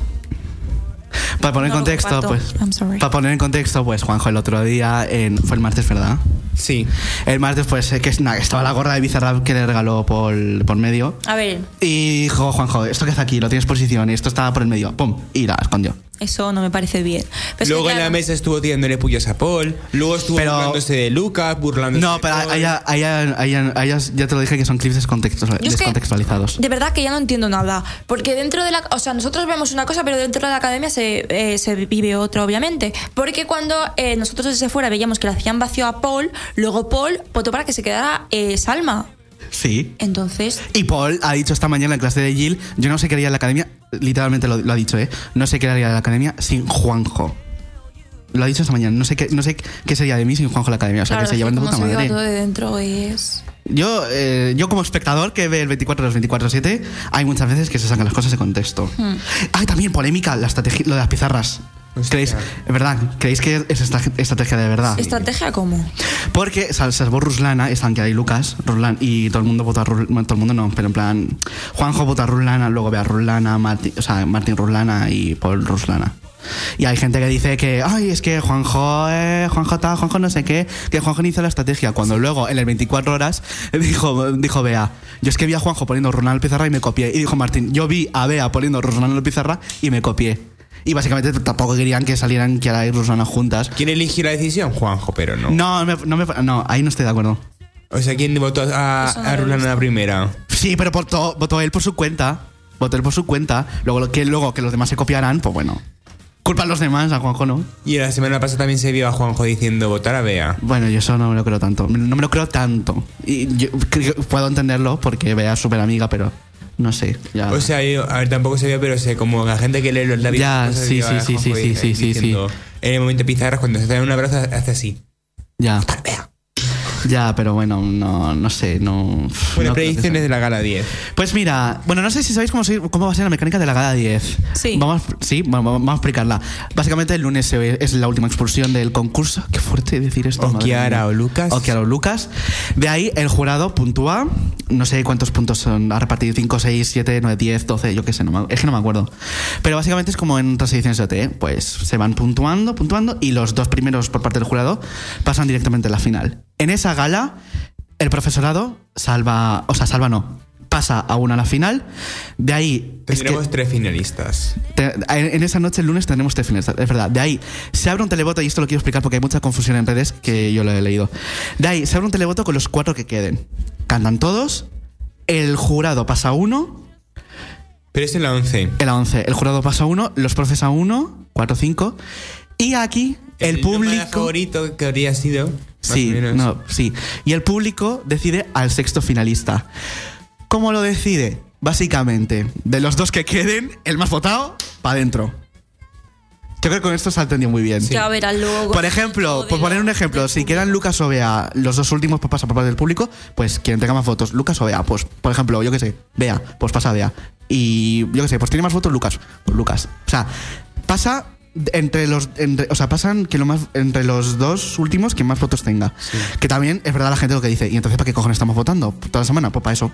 [SPEAKER 3] para poner en
[SPEAKER 5] No lo
[SPEAKER 3] contexto,
[SPEAKER 5] comparto.
[SPEAKER 3] pues.
[SPEAKER 5] I'm sorry.
[SPEAKER 3] Para poner en contexto, pues, Juanjo, el otro día, en- fue el martes, ¿verdad?
[SPEAKER 4] Sí.
[SPEAKER 3] El martes, pues, eh, que es- na, estaba la gorra de Bizarrap que le regaló por, por medio.
[SPEAKER 5] A ver,
[SPEAKER 3] Y dijo, Juanjo, esto que hace aquí, lo tienes posición, esto estaba por el medio. ¡Pum! Y la escondió.
[SPEAKER 5] Eso no me parece bien. Pero es Pues que,
[SPEAKER 4] Luego en la
[SPEAKER 5] claro,
[SPEAKER 4] mesa estuvo tirándole pullas a Paul. Luego estuvo
[SPEAKER 3] Pero-
[SPEAKER 4] burlándose de Lucas, burlándose
[SPEAKER 3] No,
[SPEAKER 4] de
[SPEAKER 3] pero
[SPEAKER 4] Paul.
[SPEAKER 3] ahí- ahí- ahí- ahí ya te lo dije que son clips descontextual-
[SPEAKER 5] Yo es que-
[SPEAKER 3] descontextualizados.
[SPEAKER 5] De verdad que ya no entiendo nada. Porque dentro de la. O sea, nosotros vemos una cosa, pero dentro de la academia se, eh, se vive otra, obviamente. Porque cuando eh, nosotros desde fuera veíamos que le hacían vacío a Paul, luego Paul votó para que se quedara eh, Salma.
[SPEAKER 3] Sí.
[SPEAKER 5] Entonces.
[SPEAKER 3] Y Paul ha dicho esta mañana en clase de Jill, yo no sé qué haría en la academia, literalmente lo, lo ha dicho, ¿eh? No sé qué haría en la academia sin Juanjo. Lo ha dicho esta mañana, no sé qué, no sé qué sería de mí sin Juanjo en la academia, o sea,
[SPEAKER 5] claro,
[SPEAKER 3] que se llevan de
[SPEAKER 5] como
[SPEAKER 3] puta
[SPEAKER 5] se viva
[SPEAKER 3] madre.
[SPEAKER 5] todo de dentro es.
[SPEAKER 3] Yo, eh, yo como espectador que ve el 24 de los 24-7, hay muchas veces que se sacan las cosas de contexto.
[SPEAKER 5] Hmm.
[SPEAKER 3] Hay también polémica la estrategia, lo de las pizarras.
[SPEAKER 4] Hostia.
[SPEAKER 3] ¿Creéis, es verdad, ¿Creéis que es esta- estrategia de verdad?
[SPEAKER 5] ¿Estrategia cómo?
[SPEAKER 3] Porque sal- salvó Ruslana, están que hay Lucas, Ruslan, y todo el mundo vota a Rul- bueno, todo el mundo no, pero en plan, Juanjo vota a Ruslana, luego ve a Ruslana, Marti- o sea, Martín Ruslana y Paul Ruslana. Y hay gente que dice que, ay, es que Juanjo, eh, Juanjo tal, Juanjo no sé qué, que Juanjo no hizo la estrategia. Cuando luego, en el 24 horas, dijo, dijo Bea, yo es que vi a Juanjo poniendo Ruslana en la pizarra y me copié. Y dijo Martín, yo vi a Bea poniendo Ruslana en la pizarra y me copié. Y básicamente tampoco querían que salieran Kiara y Ruslana juntas.
[SPEAKER 4] ¿Quién eligió la decisión? Juanjo, pero no.
[SPEAKER 3] No, me- no, me- no, ahí no estoy de acuerdo.
[SPEAKER 4] O sea, ¿quién votó a,
[SPEAKER 5] Eso no lo
[SPEAKER 4] a
[SPEAKER 5] he
[SPEAKER 4] Rulana la primera?
[SPEAKER 3] Sí, pero votó, votó él por su cuenta. Votó él por su cuenta. Luego lo- que, luego que los demás se copiarán, pues bueno. Culpan los demás a Juanjo, ¿no?
[SPEAKER 4] Y la semana pasada también se vio a Juanjo diciendo votar a Bea.
[SPEAKER 3] Bueno, yo eso no me lo creo tanto. No me lo creo tanto. Y yo creo- puedo entenderlo porque vea súper amiga, pero no sé. Ya.
[SPEAKER 4] O sea, yo, a ver, tampoco se vio, pero sé como la gente que lee los labios.
[SPEAKER 3] Ya,
[SPEAKER 4] no se
[SPEAKER 3] sí,
[SPEAKER 4] vio a
[SPEAKER 3] sí, sí,
[SPEAKER 4] Juanjo
[SPEAKER 3] sí,
[SPEAKER 4] di-
[SPEAKER 3] sí, sí, sí,
[SPEAKER 4] diciendo, En el momento de pizarras, cuando se da un abrazo, hace así.
[SPEAKER 3] ya. Ya, pero bueno, no, no sé. No,
[SPEAKER 4] Bueno,
[SPEAKER 3] no creo que
[SPEAKER 4] predicciones
[SPEAKER 3] sea.
[SPEAKER 4] de la gala 10.
[SPEAKER 3] Pues mira, bueno, no sé si sabéis cómo, se- cómo va a ser la mecánica de la gala 10.
[SPEAKER 5] Sí.
[SPEAKER 3] Vamos, sí, bueno, vamos vamos a explicarla. Básicamente el lunes se- es la última expulsión del concurso. Qué fuerte decir esto.
[SPEAKER 4] O
[SPEAKER 3] madre
[SPEAKER 4] Kiara
[SPEAKER 3] mía.
[SPEAKER 4] o Lucas.
[SPEAKER 3] O Kiara o Lucas. De ahí el jurado puntúa. No sé cuántos puntos son. Ha repartido 5, 6, 7, 9, 10, 12. Yo qué sé, no me- es que no me acuerdo. Pero básicamente es como en otras ediciones de OT. Pues se van puntuando, puntuando. Y los dos primeros por parte del jurado pasan directamente a la final. En esa gala, el profesorado salva. O sea, salva no. Pasa a una a la final. De ahí. es que-
[SPEAKER 4] Tendremos tres finalistas.
[SPEAKER 3] te- en en esa noche, el lunes, tenemos tres finales. Es verdad. De ahí se abre un televoto, y esto lo quiero explicar porque hay mucha confusión en redes que yo lo he leído. De ahí se abre un televoto con los cuatro que queden. Cantan todos. El jurado pasa uno.
[SPEAKER 4] Pero es en la 11.
[SPEAKER 3] El 11. El jurado pasa uno. Los profes a uno. Cuatro, cinco. Y aquí el,
[SPEAKER 4] número
[SPEAKER 3] público.
[SPEAKER 4] favorito que habría sido. más
[SPEAKER 3] Sí,
[SPEAKER 4] o menos.
[SPEAKER 3] no, sí. Y el público decide al sexto finalista. ¿Cómo lo decide? Básicamente, de los dos que queden, el más votado, para adentro. Yo creo que con esto se ha entendido muy bien.
[SPEAKER 5] Ya verás luego.
[SPEAKER 3] Por ejemplo, por poner un ejemplo, si quedan Lucas o Bea, los dos últimos pues pasa por parte del público, pues quien tenga más votos, Lucas o Bea, pues por ejemplo, yo qué sé, Bea, pues pasa Bea. Y yo qué sé, pues tiene más votos Lucas, pues Lucas. O sea, pasa entre los entre- o sea, pasan que lo más entre los dos últimos quien más votos tenga. Que también es verdad la gente lo que dice, y entonces para qué cojones estamos votando toda la semana, pues para eso.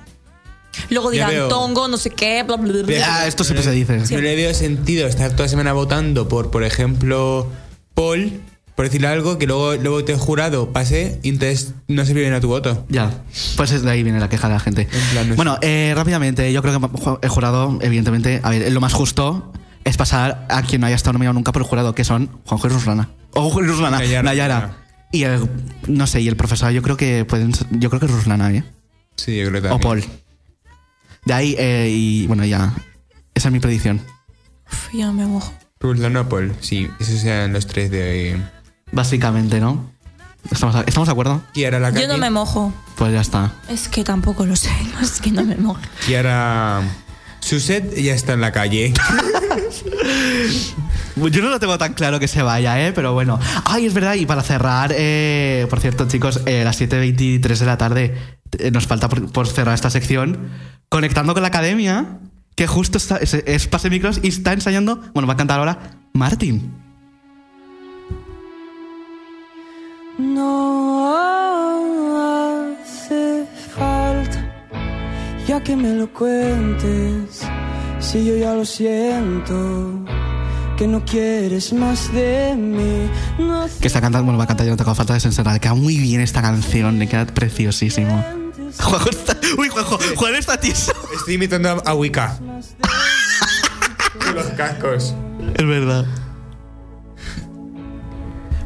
[SPEAKER 5] Luego
[SPEAKER 4] Ya
[SPEAKER 5] dirán
[SPEAKER 4] veo.
[SPEAKER 5] tongo, no sé qué, bla, bla, bla, bla.
[SPEAKER 3] Ah, esto siempre se dice.
[SPEAKER 4] No le veo sentido estar toda semana votando por, por ejemplo, Paul, por decirle algo, que luego, luego te he jurado, pasé y entonces no sirvió bien a tu voto.
[SPEAKER 3] Ya, pues es de ahí viene la queja de la gente.
[SPEAKER 4] En plan, no es-
[SPEAKER 3] Bueno, eh, rápidamente, yo creo que ju- el jurado, evidentemente, a ver, lo más justo es pasar a quien no haya estado nominado nunca por el jurado, que son Juanjo y Ruslana. O Juanjo y Ruslana,
[SPEAKER 4] Nayara.
[SPEAKER 3] Nayara. Y el, no sé, y el profesor, yo creo que pueden, ser- yo creo que es Ruslana, ¿eh?
[SPEAKER 4] Sí, yo creo que
[SPEAKER 3] O
[SPEAKER 4] también.
[SPEAKER 3] Paul. De ahí, eh, y bueno, ya. Esa es mi predicción.
[SPEAKER 5] Uf, ya me mojo.
[SPEAKER 4] Ruslana o Pues Paul, sí, esos sean los tres de hoy.
[SPEAKER 3] Básicamente, ¿no? ¿Estamos, a- ¿estamos de acuerdo?
[SPEAKER 4] Kiara la
[SPEAKER 5] Yo no me mojo.
[SPEAKER 3] Pues ya está.
[SPEAKER 5] Es que tampoco lo sé. no, Es que no me mojo.
[SPEAKER 4] Kiara. Suset ya está en la calle.
[SPEAKER 3] Yo no lo tengo tan claro que se vaya, ¿eh? Pero bueno. Ay, es verdad. Y para cerrar, eh, por cierto, chicos, eh, a las 7.23 de la tarde eh, nos falta por, por cerrar esta sección. Conectando con la academia, que justo está- es, es pase micros y está ensayando. Bueno, va a cantar ahora Martín.
[SPEAKER 7] No hace falta ya que me lo cuentes, si yo ya lo siento, que no quieres más de mí. No hace
[SPEAKER 3] Que está cantando, bueno, va a cantar Ya no te hago falta desencerrar. Le queda muy bien esta canción, le queda preciosísimo. Juanjo está. Uy, Juanjo, Juan está tieso.
[SPEAKER 4] Estoy imitando a, a Wicca. Con los cascos.
[SPEAKER 3] Es verdad.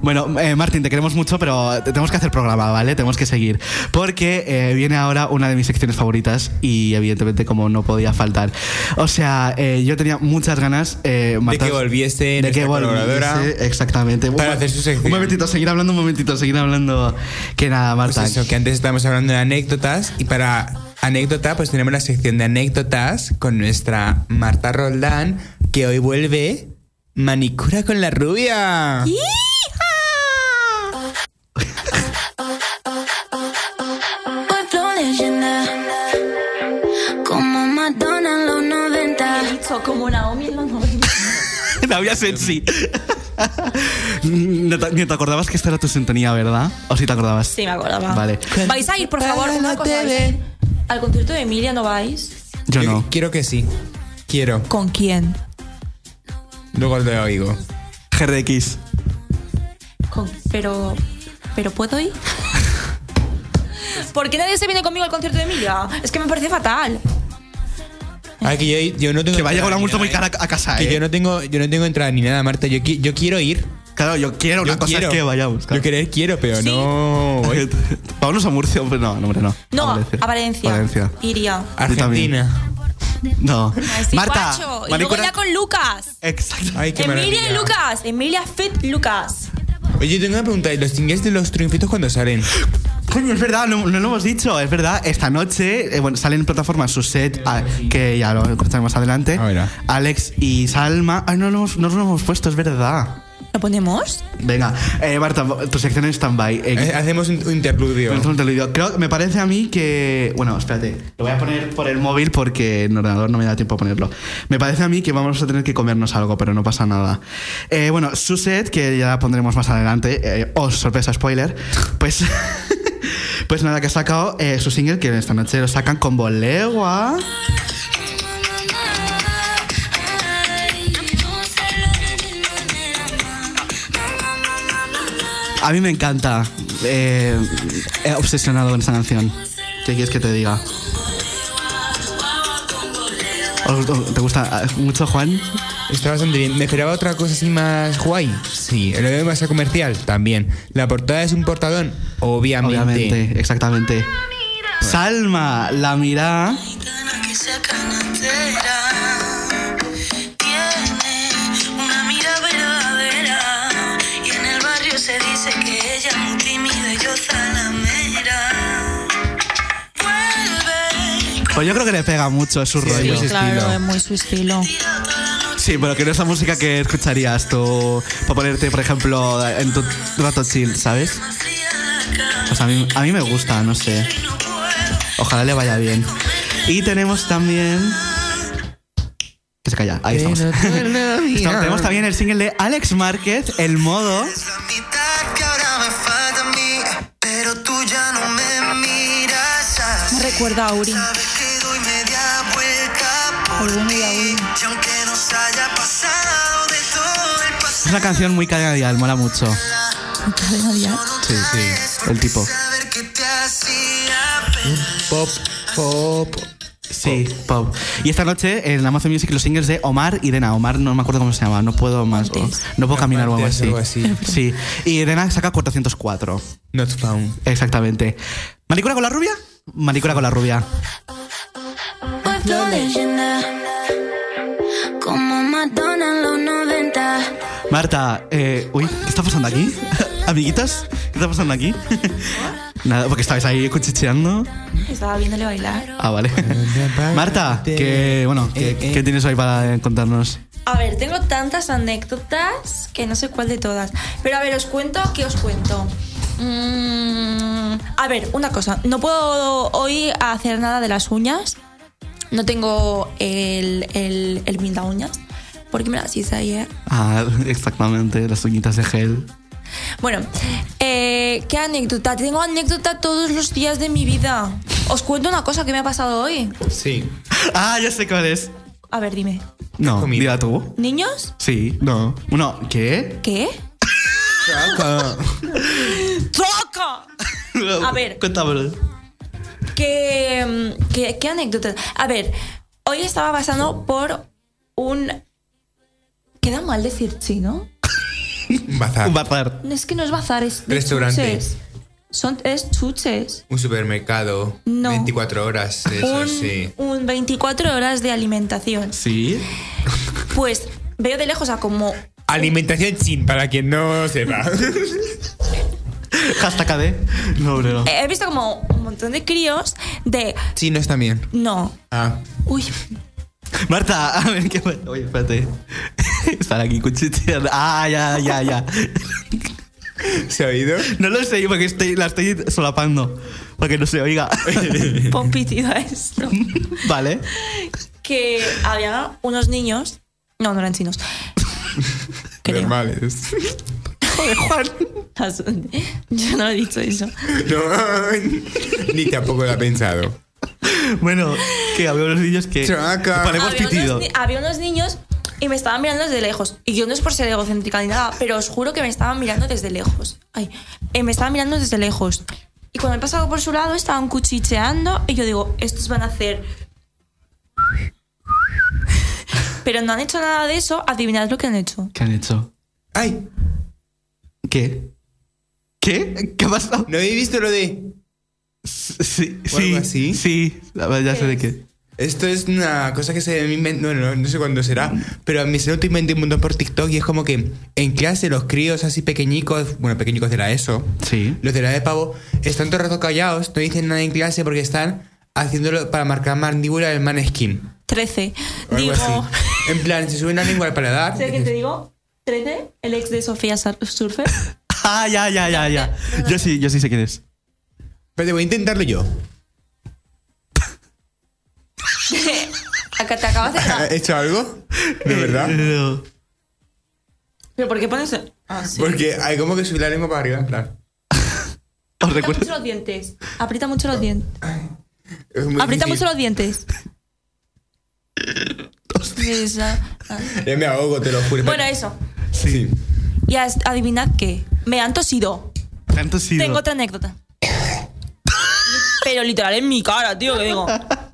[SPEAKER 3] Bueno, eh, Martín, te queremos mucho, pero te- tenemos que hacer programa, ¿vale? Tenemos que seguir. Porque eh, viene ahora una de mis secciones favoritas y evidentemente como no podía faltar. O sea, eh, yo tenía muchas ganas... eh, Marta,
[SPEAKER 4] que volviese
[SPEAKER 3] De que
[SPEAKER 4] nuestra colaboradora
[SPEAKER 3] volviese, exactamente.
[SPEAKER 4] para
[SPEAKER 3] Un-
[SPEAKER 4] hacer su sección.
[SPEAKER 3] Un momentito, seguir hablando, un momentito, seguir hablando. Que nada,
[SPEAKER 4] Pues
[SPEAKER 3] Marta.
[SPEAKER 4] eso, que antes estábamos hablando de anécdotas y para anécdota pues tenemos la sección de anécdotas con nuestra Marta Roldán que hoy vuelve manicura con la rubia.
[SPEAKER 8] Pueblo leyenda, como Madonna en los 90.
[SPEAKER 5] Hizo Ah, como Naomi en los 90.
[SPEAKER 3] La había sensi. no te- ni te acordabas que esta era tu sintonía, ¿verdad? ¿O si te acordabas?
[SPEAKER 5] Sí, me acordaba.
[SPEAKER 3] Vale.
[SPEAKER 5] ¿Vais a ir, por favor?
[SPEAKER 4] Para
[SPEAKER 5] Una
[SPEAKER 4] la
[SPEAKER 5] cosa,
[SPEAKER 4] tele.
[SPEAKER 5] ¿vais a ir? ¿Al concierto de Emilia no vais?
[SPEAKER 3] Yo no.
[SPEAKER 4] Quiero que sí. Quiero.
[SPEAKER 5] ¿Con quién?
[SPEAKER 4] Luego te oigo.
[SPEAKER 3] GRX.
[SPEAKER 5] Con- pero. ¿Pero puedo ir? ¿Por qué nadie se viene conmigo al concierto de Emilia? Es que me parece fatal.
[SPEAKER 4] Ah, que yo, yo no tengo
[SPEAKER 3] Que vaya con una
[SPEAKER 4] entrada ni
[SPEAKER 3] multa muy
[SPEAKER 4] nada,
[SPEAKER 3] cara a casa,
[SPEAKER 4] Que
[SPEAKER 3] ¿eh?
[SPEAKER 4] yo no tengo, yo no tengo entrada ni nada, Marta. Yo, qui- yo quiero ir.
[SPEAKER 3] Claro, yo quiero una
[SPEAKER 4] yo
[SPEAKER 3] cosa es
[SPEAKER 4] quiero.
[SPEAKER 3] que vayamos. claro.
[SPEAKER 4] Yo querer quiero, pero
[SPEAKER 5] Sí.
[SPEAKER 4] no. voy.
[SPEAKER 3] Vámonos a Murcia, hombre, no, no, hombre, no.
[SPEAKER 5] No, a Valencia.
[SPEAKER 3] Valencia. Valencia.
[SPEAKER 5] Iría.
[SPEAKER 4] Argentina.
[SPEAKER 3] No.
[SPEAKER 5] Sí,
[SPEAKER 3] Marta,
[SPEAKER 5] guacho, y luego
[SPEAKER 3] manicura-
[SPEAKER 5] ya con Lucas.
[SPEAKER 3] Exacto.
[SPEAKER 4] Ay, qué
[SPEAKER 5] Emilia y
[SPEAKER 4] maravilla.
[SPEAKER 5] Lucas. Emilia Fit Lucas.
[SPEAKER 4] Oye, tengo una pregunta. ¿Y los singles de los triunfitos cuándo salen?
[SPEAKER 3] Coño, es verdad, no, no lo hemos dicho, es verdad. Esta noche eh, bueno, salen en plataforma su set, ah, que ya lo contaré más adelante.
[SPEAKER 4] A ver, ah.
[SPEAKER 3] Alex y Salma. Ay, no, lo hemos- no nos lo hemos puesto, es verdad.
[SPEAKER 5] ¿Lo ponemos?
[SPEAKER 3] Venga, eh, Marta, tu sección en stand-by. Eh,
[SPEAKER 4] Eh, Hacemos un un interludio.
[SPEAKER 3] Lanzo un televideo. Creo, me parece a mí que. Bueno, espérate. Lo voy a poner por el móvil porque en ordenador no me da tiempo a ponerlo. Me parece a mí que vamos a tener que comernos algo, pero no pasa nada. Eh, bueno, Suset, que ya la pondremos más adelante. Eh, oh, sorpresa, spoiler. Pues. pues nada, que ha sacado eh, su single, que esta noche lo sacan con Bolegua. A mí me encanta. Eh, he obsesionado con esta canción. ¿Qué quieres que te diga? ¿Os- os- ¿Te gusta eh, mucho, Juan?
[SPEAKER 4] Está bastante bien. Me esperaba otra cosa así más guay. Sí, lo veo más a comercial también. La portada es un portadón, obviamente.
[SPEAKER 3] Obviamente, exactamente. Salma, la mirá.
[SPEAKER 8] que sea canastera. Tiene una mira verdadera. Y en el barrio se dice que ella es muy tímida y yo zalamera. Vuelve.
[SPEAKER 3] Pues yo creo que le pega mucho, es su
[SPEAKER 4] Sí,
[SPEAKER 3] rollo.
[SPEAKER 4] sí, sí. estilo.
[SPEAKER 5] muy su estilo.
[SPEAKER 3] Sí, pero que no es la música que escucharías tú para ponerte, por ejemplo, en tu rato chill, ¿sabes? Pues a mí, a mí me gusta, no sé. Ojalá le vaya bien. Y tenemos también... Que se calla, ahí estamos. Estamos- tenemos también el single de Alex Márquez, El Modo.
[SPEAKER 8] La mitad que ahora me falta a mí. Pero tú ya no me miras así.
[SPEAKER 5] Me recuerda a Uri.
[SPEAKER 8] Sabes que doy media vuelta por
[SPEAKER 5] Algún día,
[SPEAKER 8] ti. Y
[SPEAKER 5] algún-
[SPEAKER 8] aunque nos haya pasado de todo el
[SPEAKER 3] Es una canción muy canadial, mola mucho. Sí, sí. El tipo.
[SPEAKER 8] saber que te hacía
[SPEAKER 4] Pop, pop.
[SPEAKER 3] Sí, pop. Y esta noche en Amazon Music los singles de Omar y Dena. Omar no me acuerdo cómo se llama, no puedo más. o- no puedo caminar o algo
[SPEAKER 4] Amantes,
[SPEAKER 3] así.
[SPEAKER 4] algo así.
[SPEAKER 3] Sí. Y Dena saca 404.
[SPEAKER 4] Not found.
[SPEAKER 3] Exactamente. ¿Manicura con la rubia? Manicura con la rubia.
[SPEAKER 8] Pueblo leyenda, como Madonna en los 90.
[SPEAKER 3] Marta, eh, uy, ¿qué está pasando aquí? Amiguitas, ¿qué está pasando aquí? Nada, porque estabais ahí cuchicheando.
[SPEAKER 5] Estaba viéndole bailar.
[SPEAKER 3] Ah, vale. Marta, que bueno,
[SPEAKER 4] Eh,
[SPEAKER 3] ¿qué, qué tienes hoy para contarnos?
[SPEAKER 5] A ver, tengo tantas anécdotas que no sé cuál de todas. Pero a ver, os cuento, ¿qué os cuento? Mm, a ver, una cosa. No puedo hoy hacer nada de las uñas. No tengo el, el, el pinta uñas. Porque me las hice ayer.
[SPEAKER 3] Ah, exactamente, las uñitas de gel.
[SPEAKER 5] Bueno, eh, ¿qué anécdota? Tengo anécdota todos los días de mi vida. Os cuento una cosa que me ha pasado hoy.
[SPEAKER 4] Sí.
[SPEAKER 3] Ah, ya sé cuál es.
[SPEAKER 5] A ver, dime.
[SPEAKER 3] No,
[SPEAKER 4] Comida.
[SPEAKER 3] diga tú.
[SPEAKER 5] ¿Niños?
[SPEAKER 3] Sí, no. Bueno, ¿qué?
[SPEAKER 5] ¿Qué? ¡Toca! A ver.
[SPEAKER 3] Cuéntamelo.
[SPEAKER 5] ¿Qué, mm, qué, qué anécdota? A ver, hoy estaba pasando por un Queda mal decir chino.
[SPEAKER 4] Un bazar.
[SPEAKER 3] Ah. Un bazar.
[SPEAKER 5] No es que no es bazar, es de
[SPEAKER 4] Restaurante.
[SPEAKER 5] chuches. Son es chuches.
[SPEAKER 4] Un supermercado.
[SPEAKER 5] No.
[SPEAKER 4] 24 horas, eso
[SPEAKER 5] un,
[SPEAKER 4] sí.
[SPEAKER 5] un 24 horas de alimentación.
[SPEAKER 3] Sí.
[SPEAKER 5] Pues veo de lejos a como
[SPEAKER 4] Alimentación chin, para quien no sepa.
[SPEAKER 3] Hashtag AD. No, hombre, no.
[SPEAKER 5] he visto como un montón de críos de
[SPEAKER 4] Chinos también.
[SPEAKER 5] no.
[SPEAKER 4] Ah.
[SPEAKER 5] Uy,
[SPEAKER 3] Marta, a ver qué. Oye, espérate. Están aquí cuchicheando. Ah, ya, ya, ya.
[SPEAKER 4] ¿Se ha oído?
[SPEAKER 3] No lo sé, porque estoy, la estoy solapando. Para que no se oiga.
[SPEAKER 5] pon pitido a esto.
[SPEAKER 3] vale.
[SPEAKER 5] que había unos niños. No, no eran chinos. Creo.
[SPEAKER 4] Normales.
[SPEAKER 5] Las- Yo no he dicho eso.
[SPEAKER 4] No, ni tampoco lo ha pensado.
[SPEAKER 3] Bueno, que había unos niños que.
[SPEAKER 4] Chaca.
[SPEAKER 3] Ponemos
[SPEAKER 5] había,
[SPEAKER 3] pitido.
[SPEAKER 5] Unos, ni- había unos niños y me estaban mirando desde lejos. Y yo no es por ser egocéntrica ni nada, pero os juro que me estaban mirando desde lejos. Ay, eh, me estaban mirando desde lejos. Y cuando he pasado por su lado estaban cuchicheando y yo digo, estos van a hacer... Pero no han hecho nada de eso, adivinad lo que han hecho.
[SPEAKER 3] ¿Qué han hecho?
[SPEAKER 4] ¡Ay!
[SPEAKER 3] ¿Qué? ¿Qué? ¿Qué ha pasado?
[SPEAKER 4] ¿No habéis visto lo de.?
[SPEAKER 3] Sí,
[SPEAKER 4] ¿O algo
[SPEAKER 3] sí.
[SPEAKER 4] así?
[SPEAKER 3] Sí, La verdad, ya sé de qué.
[SPEAKER 4] Esto es una cosa que se me inventó, bueno, no, no sé cuándo será, pero a mí se lo inventé un montón por TikTok y es como que en clase los críos así pequeñicos, bueno, pequeñicos de la ESO,
[SPEAKER 3] Sí.
[SPEAKER 4] los de la de pavo, están todo el rato callados, no dicen nada en clase porque están haciéndolo para marcar mandíbula del maneskin.
[SPEAKER 5] 13.
[SPEAKER 4] o algo
[SPEAKER 5] Digo...
[SPEAKER 4] así. En plan, se suben la lengua al paladar.
[SPEAKER 5] ¿Sabes qué te digo? 13, el ex de Sofía Sur- Surfer.
[SPEAKER 3] Ah, ya, ya, ya, ya. Yo sí, yo sí sé quién es.
[SPEAKER 4] Pero voy a intentarlo yo.
[SPEAKER 5] Acá te acabas de...
[SPEAKER 4] ¿He hecho algo? ¿De verdad?
[SPEAKER 3] Pero-
[SPEAKER 5] ¿Pero por qué pones...? Ah, sí.
[SPEAKER 4] Porque hay como que subir la lengua para arriba, en plan.
[SPEAKER 3] ¿Os
[SPEAKER 5] Aprieta mucho
[SPEAKER 3] recuerdo?
[SPEAKER 5] los dientes. Aprieta mucho los dientes.
[SPEAKER 4] Es muy
[SPEAKER 5] Aprieta mucho
[SPEAKER 4] difícil.
[SPEAKER 5] los dientes. Esa- ah.
[SPEAKER 4] Ya me ahogo, te lo juro.
[SPEAKER 5] bueno, eh, eso.
[SPEAKER 4] sí.
[SPEAKER 5] Y as- adivinad qué. Me han tosido.
[SPEAKER 3] Tanto sí.
[SPEAKER 5] Tengo otra anécdota. Pero literal en mi cara, tío, que digo.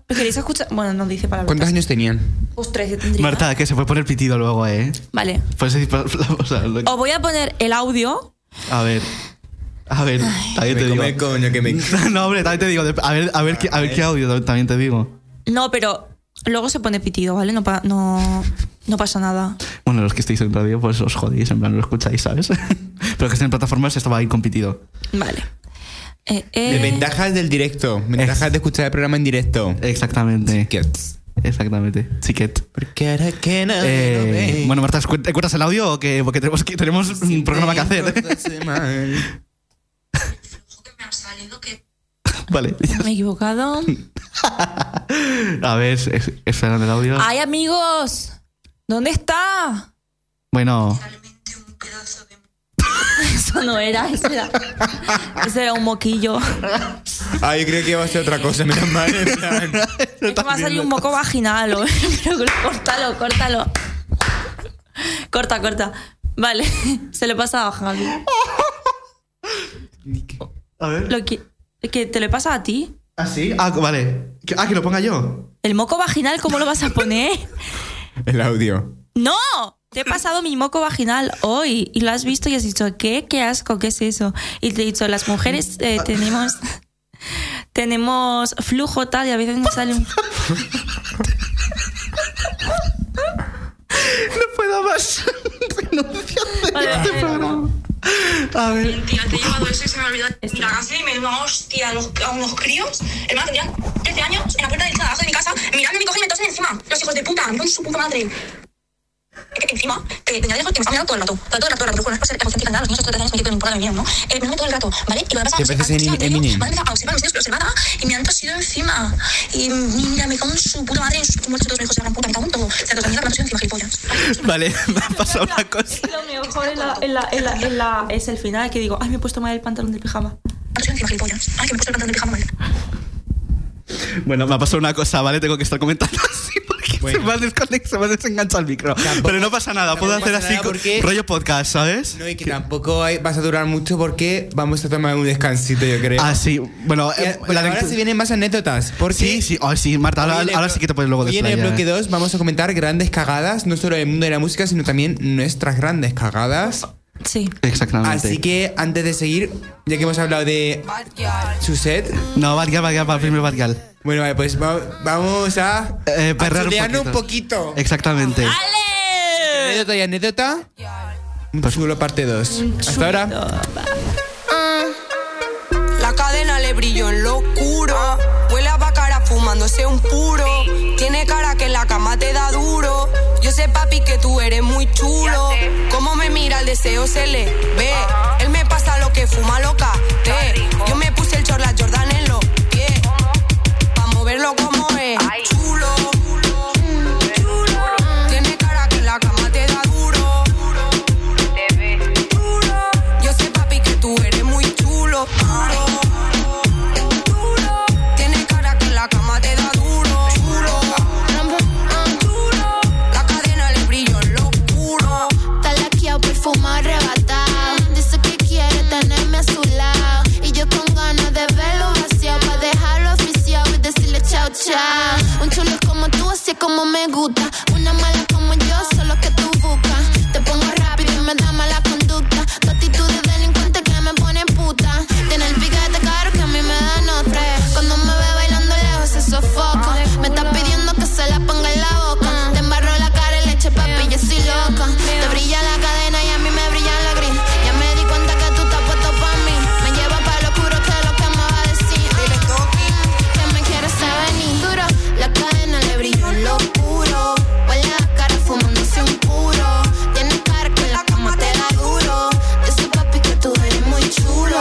[SPEAKER 5] ¿Queréis escuchar? Bueno, no dice palabras.
[SPEAKER 4] ¿Cuántos años tenían?
[SPEAKER 5] Os tres, yo tendría.
[SPEAKER 3] Marta, que se puede poner pitido luego, ¿eh?
[SPEAKER 5] Vale.
[SPEAKER 3] Pues sí, pa- o sea, lo-
[SPEAKER 5] Os voy a poner el audio.
[SPEAKER 3] A ver. A ver, también
[SPEAKER 4] me
[SPEAKER 3] te digo.
[SPEAKER 4] come el coño que me.
[SPEAKER 3] No, hombre, también te digo. de- A ver, a ver, qué, a ver qué audio también te digo.
[SPEAKER 5] No, pero luego se pone pitido, ¿vale? No, pa- no, no pasa nada.
[SPEAKER 3] Bueno, los que estáis en radio, pues os jodéis, en plan, lo escucháis, ¿sabes? Pero que estén en plataformas, esto va a ir con pitido.
[SPEAKER 5] Vale. Eh, eh.
[SPEAKER 4] De ventajas del directo. Ventajas de escuchar el programa en directo.
[SPEAKER 3] Exactamente.
[SPEAKER 4] ¿Qué?
[SPEAKER 3] Exactamente. Chiquet.
[SPEAKER 4] Porque ahora que no
[SPEAKER 3] Eh,
[SPEAKER 4] lo ve,
[SPEAKER 3] bueno, Marta, ¿cu- ¿te cuentas el audio o qué? Porque tenemos, que- tenemos un programa que
[SPEAKER 4] siempre
[SPEAKER 3] hacer. ¿eh?
[SPEAKER 4] hace mal.
[SPEAKER 3] vale.
[SPEAKER 5] Me he equivocado.
[SPEAKER 3] A ver, es- esperando el audio.
[SPEAKER 5] ¡Ay, amigos! ¿Dónde está?
[SPEAKER 3] Bueno,
[SPEAKER 5] Eso no era, ese era, ese era un moquillo.
[SPEAKER 4] Ah, yo creo que iba a ser otra cosa, menos mal. en plan.
[SPEAKER 5] Es que me ha salido un moco vaginal. o- Pero córtalo, córtalo. Corta, corta. Vale, se le pasa a Javi.
[SPEAKER 3] A ver.
[SPEAKER 5] Lo que, que te le pasa a ti.
[SPEAKER 3] ¿Ah, sí? Ah, vale. Que- Ah, que lo ponga yo.
[SPEAKER 5] ¿El moco vaginal cómo lo vas a poner?
[SPEAKER 4] El audio.
[SPEAKER 5] ¡No! Te he pasado mi moco vaginal hoy y lo has visto y has dicho, ¿qué? ¿Qué asco? ¿Qué es eso? Y te he dicho, las mujeres eh, tenemos, tenemos flujo tal y a veces nos sale un...
[SPEAKER 3] No puedo más. Renuncio a
[SPEAKER 5] Vale,
[SPEAKER 3] este
[SPEAKER 5] vale,
[SPEAKER 3] programa. A ver.
[SPEAKER 8] Tía, te he llevado eso y se me olvidó en la casa y me dio una hostia a, los- a unos críos. Hermano, tendrían 13 años en la puerta del trabajo de mi casa, mirándome, me cogen y me tosen encima. Los hijos de puta, me ponen su puta madre. Eh, Encima, que tenía lejos que me estaba mirando todo el rato. Todo todo el rato, todo el rato, te lo juro, no es por ser egocéntrica ni nada, los niños de 13 años me quieren un poco de mierda, ¿no? Eh, me lo todo el rato, ¿vale? Y lo demás,
[SPEAKER 4] Te pareces en- Eminem.
[SPEAKER 8] Madre a observar los niños, observada, y me han tosido encima. Y mira, me cago en su puta madre, en sus muertos dos hijos de la gran puta, me cago en todo. Se dos mierda, me han tosido encima, gilipollas.
[SPEAKER 3] Vale, me ha pasado una cosa.
[SPEAKER 5] Lo mejor en la- en la- en la- en la- es el final que digo, ay, me he puesto mal el pantalón del pijama.
[SPEAKER 8] Me han tosido encima, gilipollas. Ay, que me he puesto el pantalón de pijama mal.
[SPEAKER 3] Bueno, me ha pasado una cosa, ¿vale? Tengo que estar comentando así porque
[SPEAKER 4] Bueno.
[SPEAKER 3] Se me ha desconectado, se me ha desenganchado el micro.
[SPEAKER 4] Tampoco-
[SPEAKER 3] Pero no pasa nada, puedo
[SPEAKER 4] tampoco
[SPEAKER 3] hacer
[SPEAKER 4] pasa
[SPEAKER 3] así
[SPEAKER 4] nada
[SPEAKER 3] co-
[SPEAKER 4] porque-
[SPEAKER 3] rollo podcast, ¿sabes?
[SPEAKER 4] No, y que tampoco hay- vas a durar mucho porque vamos a tomar un descansito, yo creo.
[SPEAKER 3] Ah, sí. Bueno,
[SPEAKER 4] Y a-
[SPEAKER 3] eh,
[SPEAKER 4] bueno,
[SPEAKER 3] la
[SPEAKER 4] ahora
[SPEAKER 3] lectu-
[SPEAKER 4] se vienen más anécdotas. Porque
[SPEAKER 3] Sí, sí, oh, sí, Marta,
[SPEAKER 4] hoy
[SPEAKER 3] ahora,
[SPEAKER 4] en el
[SPEAKER 3] ahora
[SPEAKER 4] blo-
[SPEAKER 3] sí que te puedes luego
[SPEAKER 4] Hoy en el
[SPEAKER 3] desplayar,
[SPEAKER 4] bloque
[SPEAKER 3] eh.
[SPEAKER 4] 2 vamos a comentar grandes cagadas, no solo del mundo de la música, sino también nuestras grandes cagadas.
[SPEAKER 5] Sí.
[SPEAKER 3] Exactamente.
[SPEAKER 4] Así que antes de seguir, ya que hemos hablado de Suset,
[SPEAKER 3] No, Bargal, Bargal, para primero Bargal.
[SPEAKER 4] bueno, vale, pues va- vamos a.
[SPEAKER 3] Eh,
[SPEAKER 4] a
[SPEAKER 3] perrear
[SPEAKER 4] chulearnos
[SPEAKER 3] un
[SPEAKER 4] un poquito.
[SPEAKER 3] Exactamente.
[SPEAKER 5] Ah,
[SPEAKER 4] Anécdota y anécdota. Un
[SPEAKER 3] Pues-
[SPEAKER 4] chulo parte 2. Hasta ahora.
[SPEAKER 6] La cadena le brilló en lo oscuro. Huele a bacara fumándose un puro. Tiene cara que la cama te da duro. Yo sé, papi, que tú eres muy chulo. Como me mira, el deseo se le ve. Él me pasa lo que fuma loca. Te. Yo me puse el chorla Jordan en los pies. Pa' moverlo como es. Chulo. Tiene cara que la cama te da duro. Duro. Yo sé, papi, que tú eres muy chulo. Duro. Duro. Tiene cara que la cama te da duro. Chulo. Duro. La cadena le brilló en lo oscuro.
[SPEAKER 9] Talaquia, perfuma, arrebatado. Dice que quiere tenerme a su lado. Y yo con ganas de verlo vaciado. Pa' dejarlo oficiado y decirle chao, chao. Un chulo como tú, así es como me gusta. Una mala como yo, solo que tú buscas. Te pongo rápido y me da mala conducta. Tu actitud de delincuente que me pone puta. Tiene el piquete caro que a mí me da nota. Cuando me ve bailando lejos, se sofoco. Me está pidiendo que se la ponga en la boca. Te embarro la cara y leche, papi, yo soy loca. Te brilla la cadena y a mí me brilla la gris. Ya me di cuenta que tú estás puesto pa' mí. Me lleva pa' lo oscuro, que es lo que me va a decir. Que me quieres venir duro. La cadena le brilla en lo oscuro. Huele a cara fumándose un puro. Tiene cara que la cama te da duro. Dice papi que tú eres muy chulo.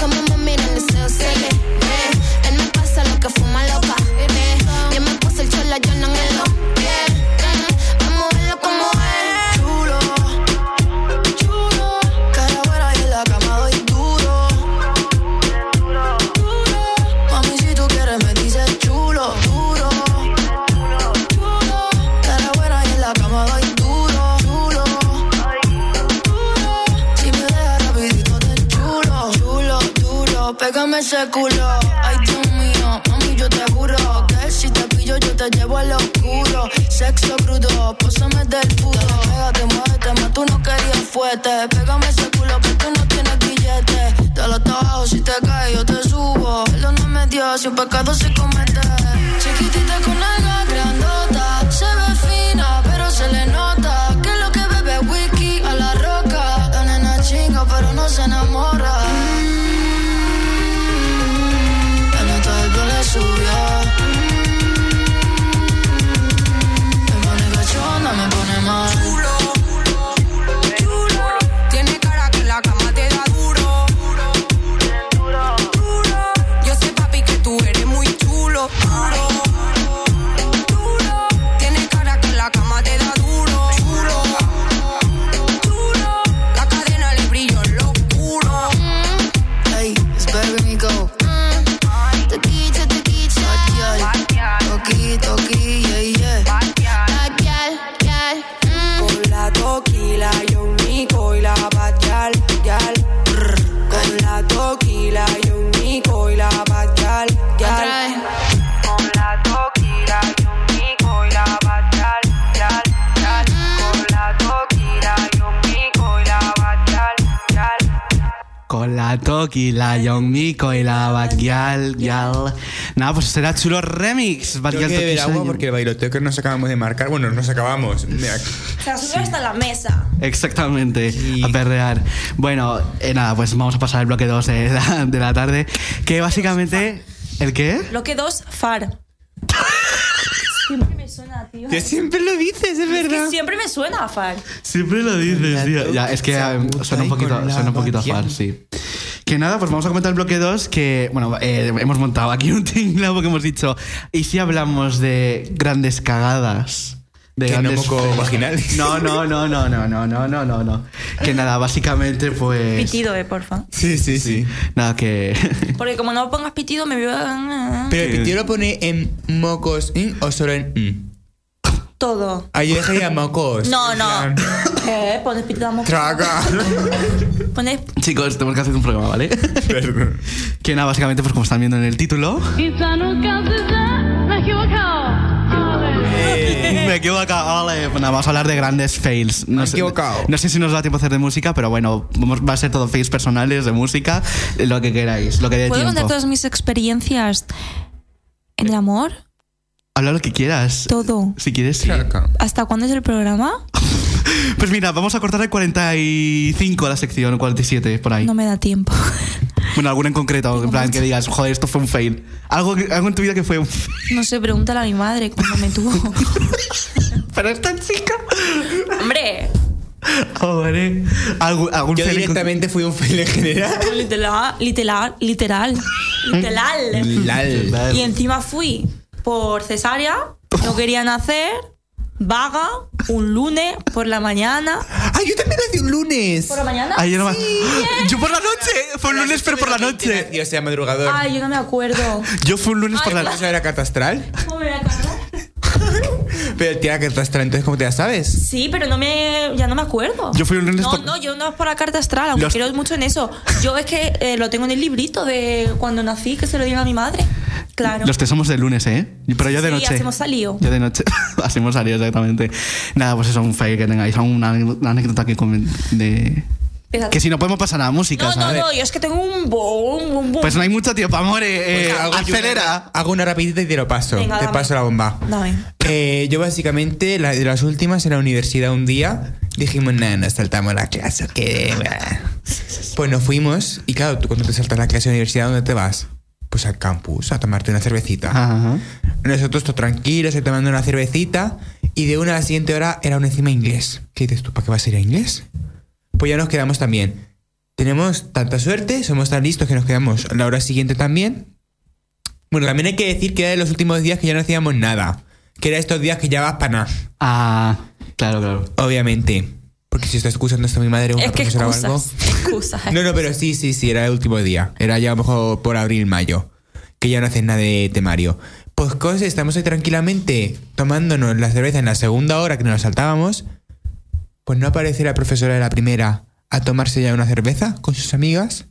[SPEAKER 9] Como me mira el deseo se le ve. Él me pasa lo que fuma loca. ve. Yo me puse el chola, yo no me lo ve. Vamos a verlo como es.
[SPEAKER 6] Chulo. Chulo. Cara buena y en la cama doy duro. Duro. Mami, si tú quieres me dices chulo. Duro. Chulo. Cara buena y en la cama doy duro. Chulo. Duro. Si me dejas rapidito te chulo. Chulo, duro. Pégame ese culo. Ay, Dios mío. Mami, yo te juro que si te pillo yo te llevo al oscuro. Sexo crudo, pósame del puto. Pégate, muévete, más tú no querías fuerte. Pégame ese culo que tú no tienes billete. Te lo tajo, si te caes yo te subo. Él no me dio, si un pecado se comete. Chiquitita con alga grandota. Se ve fina, pero se le nota. Que lo que bebe es whisky a la roca. La nena chinga, pero no se enamora. Mm, En el tallo le subió. Me pone cachonda, me pone mal. Chulo, chulo. Tiene cara que la cama te da duro. Duro, duro. Yo sé, papi, que tú eres muy chulo. Duro, duro. Tiene cara que la cama te da duro. Chulo, duro. La cadena le brillo en lo oscuro. Hey, it's baby me go.
[SPEAKER 9] Toquicha, toquicha.
[SPEAKER 6] Toki, toki, yeah, yeah.
[SPEAKER 9] Taquial, quial, mm.
[SPEAKER 6] Con la toquila, yo un mico y la batial, yal. brr. Con la toquila, yo un mico y la batial, yal.
[SPEAKER 9] Otra vez.
[SPEAKER 6] Con la toquila, yo un mico y la batial, yal, yal. Con la toquila, yo un mico y la batial, yal.
[SPEAKER 3] Con la Toki, la Young Miko y la Baquial, Gal. Nada, pues será chulo remix.
[SPEAKER 4] Tengo
[SPEAKER 3] Baquial
[SPEAKER 4] que
[SPEAKER 3] Toki
[SPEAKER 4] beber agua
[SPEAKER 3] Sayon.
[SPEAKER 4] porque el bailoteo que nos acabamos de marcar. Bueno, nos acabamos. Mira,
[SPEAKER 5] Se ha subido hasta la mesa.
[SPEAKER 3] Exactamente,
[SPEAKER 4] Sí.
[SPEAKER 3] a perrear. Bueno, eh, nada, pues vamos a pasar al bloque 2 de la, de la tarde. Que básicamente. ¿El qué?
[SPEAKER 5] Bloque 2, FAR. Siempre me suena, tío.
[SPEAKER 4] Tú siempre lo dices, es
[SPEAKER 5] Es que
[SPEAKER 4] verdad.
[SPEAKER 5] siempre me suena a FAR.
[SPEAKER 3] Siempre lo dices, tío. Ya, es que eh, suena un poquito, suena un poquito a far, sí. Que nada, pues vamos a comentar el bloque 2 que, bueno, eh, hemos montado aquí un tinglado porque hemos dicho, ¿y si hablamos de grandes cagadas? De
[SPEAKER 4] Que no
[SPEAKER 3] grandes
[SPEAKER 4] moco
[SPEAKER 3] penas?
[SPEAKER 4] vaginal.
[SPEAKER 3] No, no, no, no, no, no, no, no, no, no. Que nada, básicamente pues...
[SPEAKER 5] Pitido, eh, porfa.
[SPEAKER 4] Sí, sí, sí.
[SPEAKER 3] Nada, que...
[SPEAKER 5] Porque como no pongas pitido, me veo. ah,
[SPEAKER 4] ¿eh? Pero el pitido lo pone en mocos ¿in? o solo en mm?
[SPEAKER 5] todo.
[SPEAKER 4] Ay, yo dejaría mocos.
[SPEAKER 5] No,
[SPEAKER 4] en
[SPEAKER 5] no.
[SPEAKER 4] plan,
[SPEAKER 5] ¿Qué? Pon espíritu de amor.
[SPEAKER 4] Traga.
[SPEAKER 5] Pon es-
[SPEAKER 3] Chicos, tenemos que hacer un programa, ¿vale? que nada, básicamente, pues como están viendo en el título.
[SPEAKER 10] Quizá nunca se sa- me he equivocado.
[SPEAKER 3] Me he equivocado, vale. Bueno, vamos a hablar de grandes fails. No
[SPEAKER 4] Me he
[SPEAKER 3] sé-
[SPEAKER 4] equivocado.
[SPEAKER 3] No sé si nos da tiempo a hacer de música, pero bueno, vamos- va a ser todo fails personales, de música, lo que queráis, lo que dé
[SPEAKER 5] ¿Puedo contar
[SPEAKER 3] tiempo.
[SPEAKER 5] todas mis experiencias en el amor?
[SPEAKER 3] Habla lo que quieras.
[SPEAKER 5] Todo.
[SPEAKER 3] Si quieres, sí.
[SPEAKER 4] Traga.
[SPEAKER 5] ¿Hasta cuándo es el programa?
[SPEAKER 3] Pues mira, vamos a cortar el 45 la sección, o 47, por ahí.
[SPEAKER 5] No me da tiempo.
[SPEAKER 3] Bueno, alguna en concreto, en plan que digas, joder, esto fue un fail. Algo, que- algo en tu vida que fue un fail.
[SPEAKER 5] No sé, pregúntale a mi madre cuando me tuvo.
[SPEAKER 3] Pero esta chica.
[SPEAKER 5] Hombre,
[SPEAKER 3] Joder. ¿eh? Algu- algún
[SPEAKER 4] Yo
[SPEAKER 3] fail en conc-
[SPEAKER 4] directamente fui un fail en general.
[SPEAKER 5] literal, literal, literal. literal.
[SPEAKER 4] Lal.
[SPEAKER 5] Y encima fui por cesárea, no quería nacer, vaga, un lunes por la mañana.
[SPEAKER 4] Ay, yo también nací un lunes.
[SPEAKER 5] ¿Por la mañana?
[SPEAKER 3] Ay, yo no me- Yo por la noche. Fue un lunes, pero por la noche.
[SPEAKER 4] Nací, O sea, madrugador.
[SPEAKER 5] Ay, yo no me acuerdo.
[SPEAKER 3] Yo fui un lunes por la
[SPEAKER 5] Ay,
[SPEAKER 4] ¿Eso era catastral?
[SPEAKER 5] ¿Cómo me voy a acordar?
[SPEAKER 4] Pero tía, catastral, entonces ¿cómo te la sabes?
[SPEAKER 5] Sí, pero no me, ya no me acuerdo.
[SPEAKER 3] Yo fui un lunes
[SPEAKER 5] No,
[SPEAKER 3] por-
[SPEAKER 5] no, yo no es por la carta astral, aunque
[SPEAKER 3] Los-
[SPEAKER 5] creo mucho en eso. Yo es que eh, lo tengo en el librito de cuando nací, que se lo dieron a mi madre. Claro.
[SPEAKER 3] Los que somos de lunes, ¿eh? Pero yo de
[SPEAKER 5] Sí,
[SPEAKER 3] noche.
[SPEAKER 5] hacemos salido.
[SPEAKER 3] Yo de noche. hacemos salido, exactamente. Nada, pues eso, un fail que tengáis. Una, una anécdota que comen- de.
[SPEAKER 5] Empieza-
[SPEAKER 3] Que si no podemos pasar a la música,
[SPEAKER 5] no, no,
[SPEAKER 3] ¿sabes?
[SPEAKER 5] no, yo es que tengo un boom, boom, boom.
[SPEAKER 3] Pues no hay mucho tiempo, amore. Eh,
[SPEAKER 4] Hago Pues yo una-
[SPEAKER 3] acelera.
[SPEAKER 4] hago una rapidita y te lo paso.
[SPEAKER 5] Venga,
[SPEAKER 4] te
[SPEAKER 5] dame.
[SPEAKER 4] paso la bomba.
[SPEAKER 5] Dame.
[SPEAKER 4] Eh, yo básicamente, la, de las últimas en la universidad un día, dijimos, nada, nos saltamos la clase. Que... Pues nos fuimos y claro, tú cuando te saltas la clase de universidad, ¿dónde te vas? Pues al campus, a tomarte una cervecita.
[SPEAKER 3] Ajá.
[SPEAKER 4] Nosotros todo tranquilos, ahí tomando una cervecita y de una a la siguiente hora era un encima inglés. ¿Qué dices tú? ¿Para qué vas a ir a inglés? Pues ya nos quedamos también. Tenemos tanta suerte, somos tan listos que nos quedamos a la hora siguiente también. Bueno, también hay que decir que era de los últimos días que ya no hacíamos nada. Que era estos días que ya vas para nada,
[SPEAKER 3] Ah, claro, claro.
[SPEAKER 4] obviamente. Porque si está excusando esto mi madre o una
[SPEAKER 5] Es que
[SPEAKER 4] profesora o algo.
[SPEAKER 5] excusas, excusas. ¿eh?
[SPEAKER 4] No, no, pero sí, sí, sí, era el último día. Era ya a lo mejor por abril, mayo. Que ya no haces nada de temario. Pues cosas, estamos ahí tranquilamente tomándonos la cerveza en la segunda hora que nos la saltábamos. Pues no aparece la profesora de la primera a tomarse ya una cerveza con sus amigas.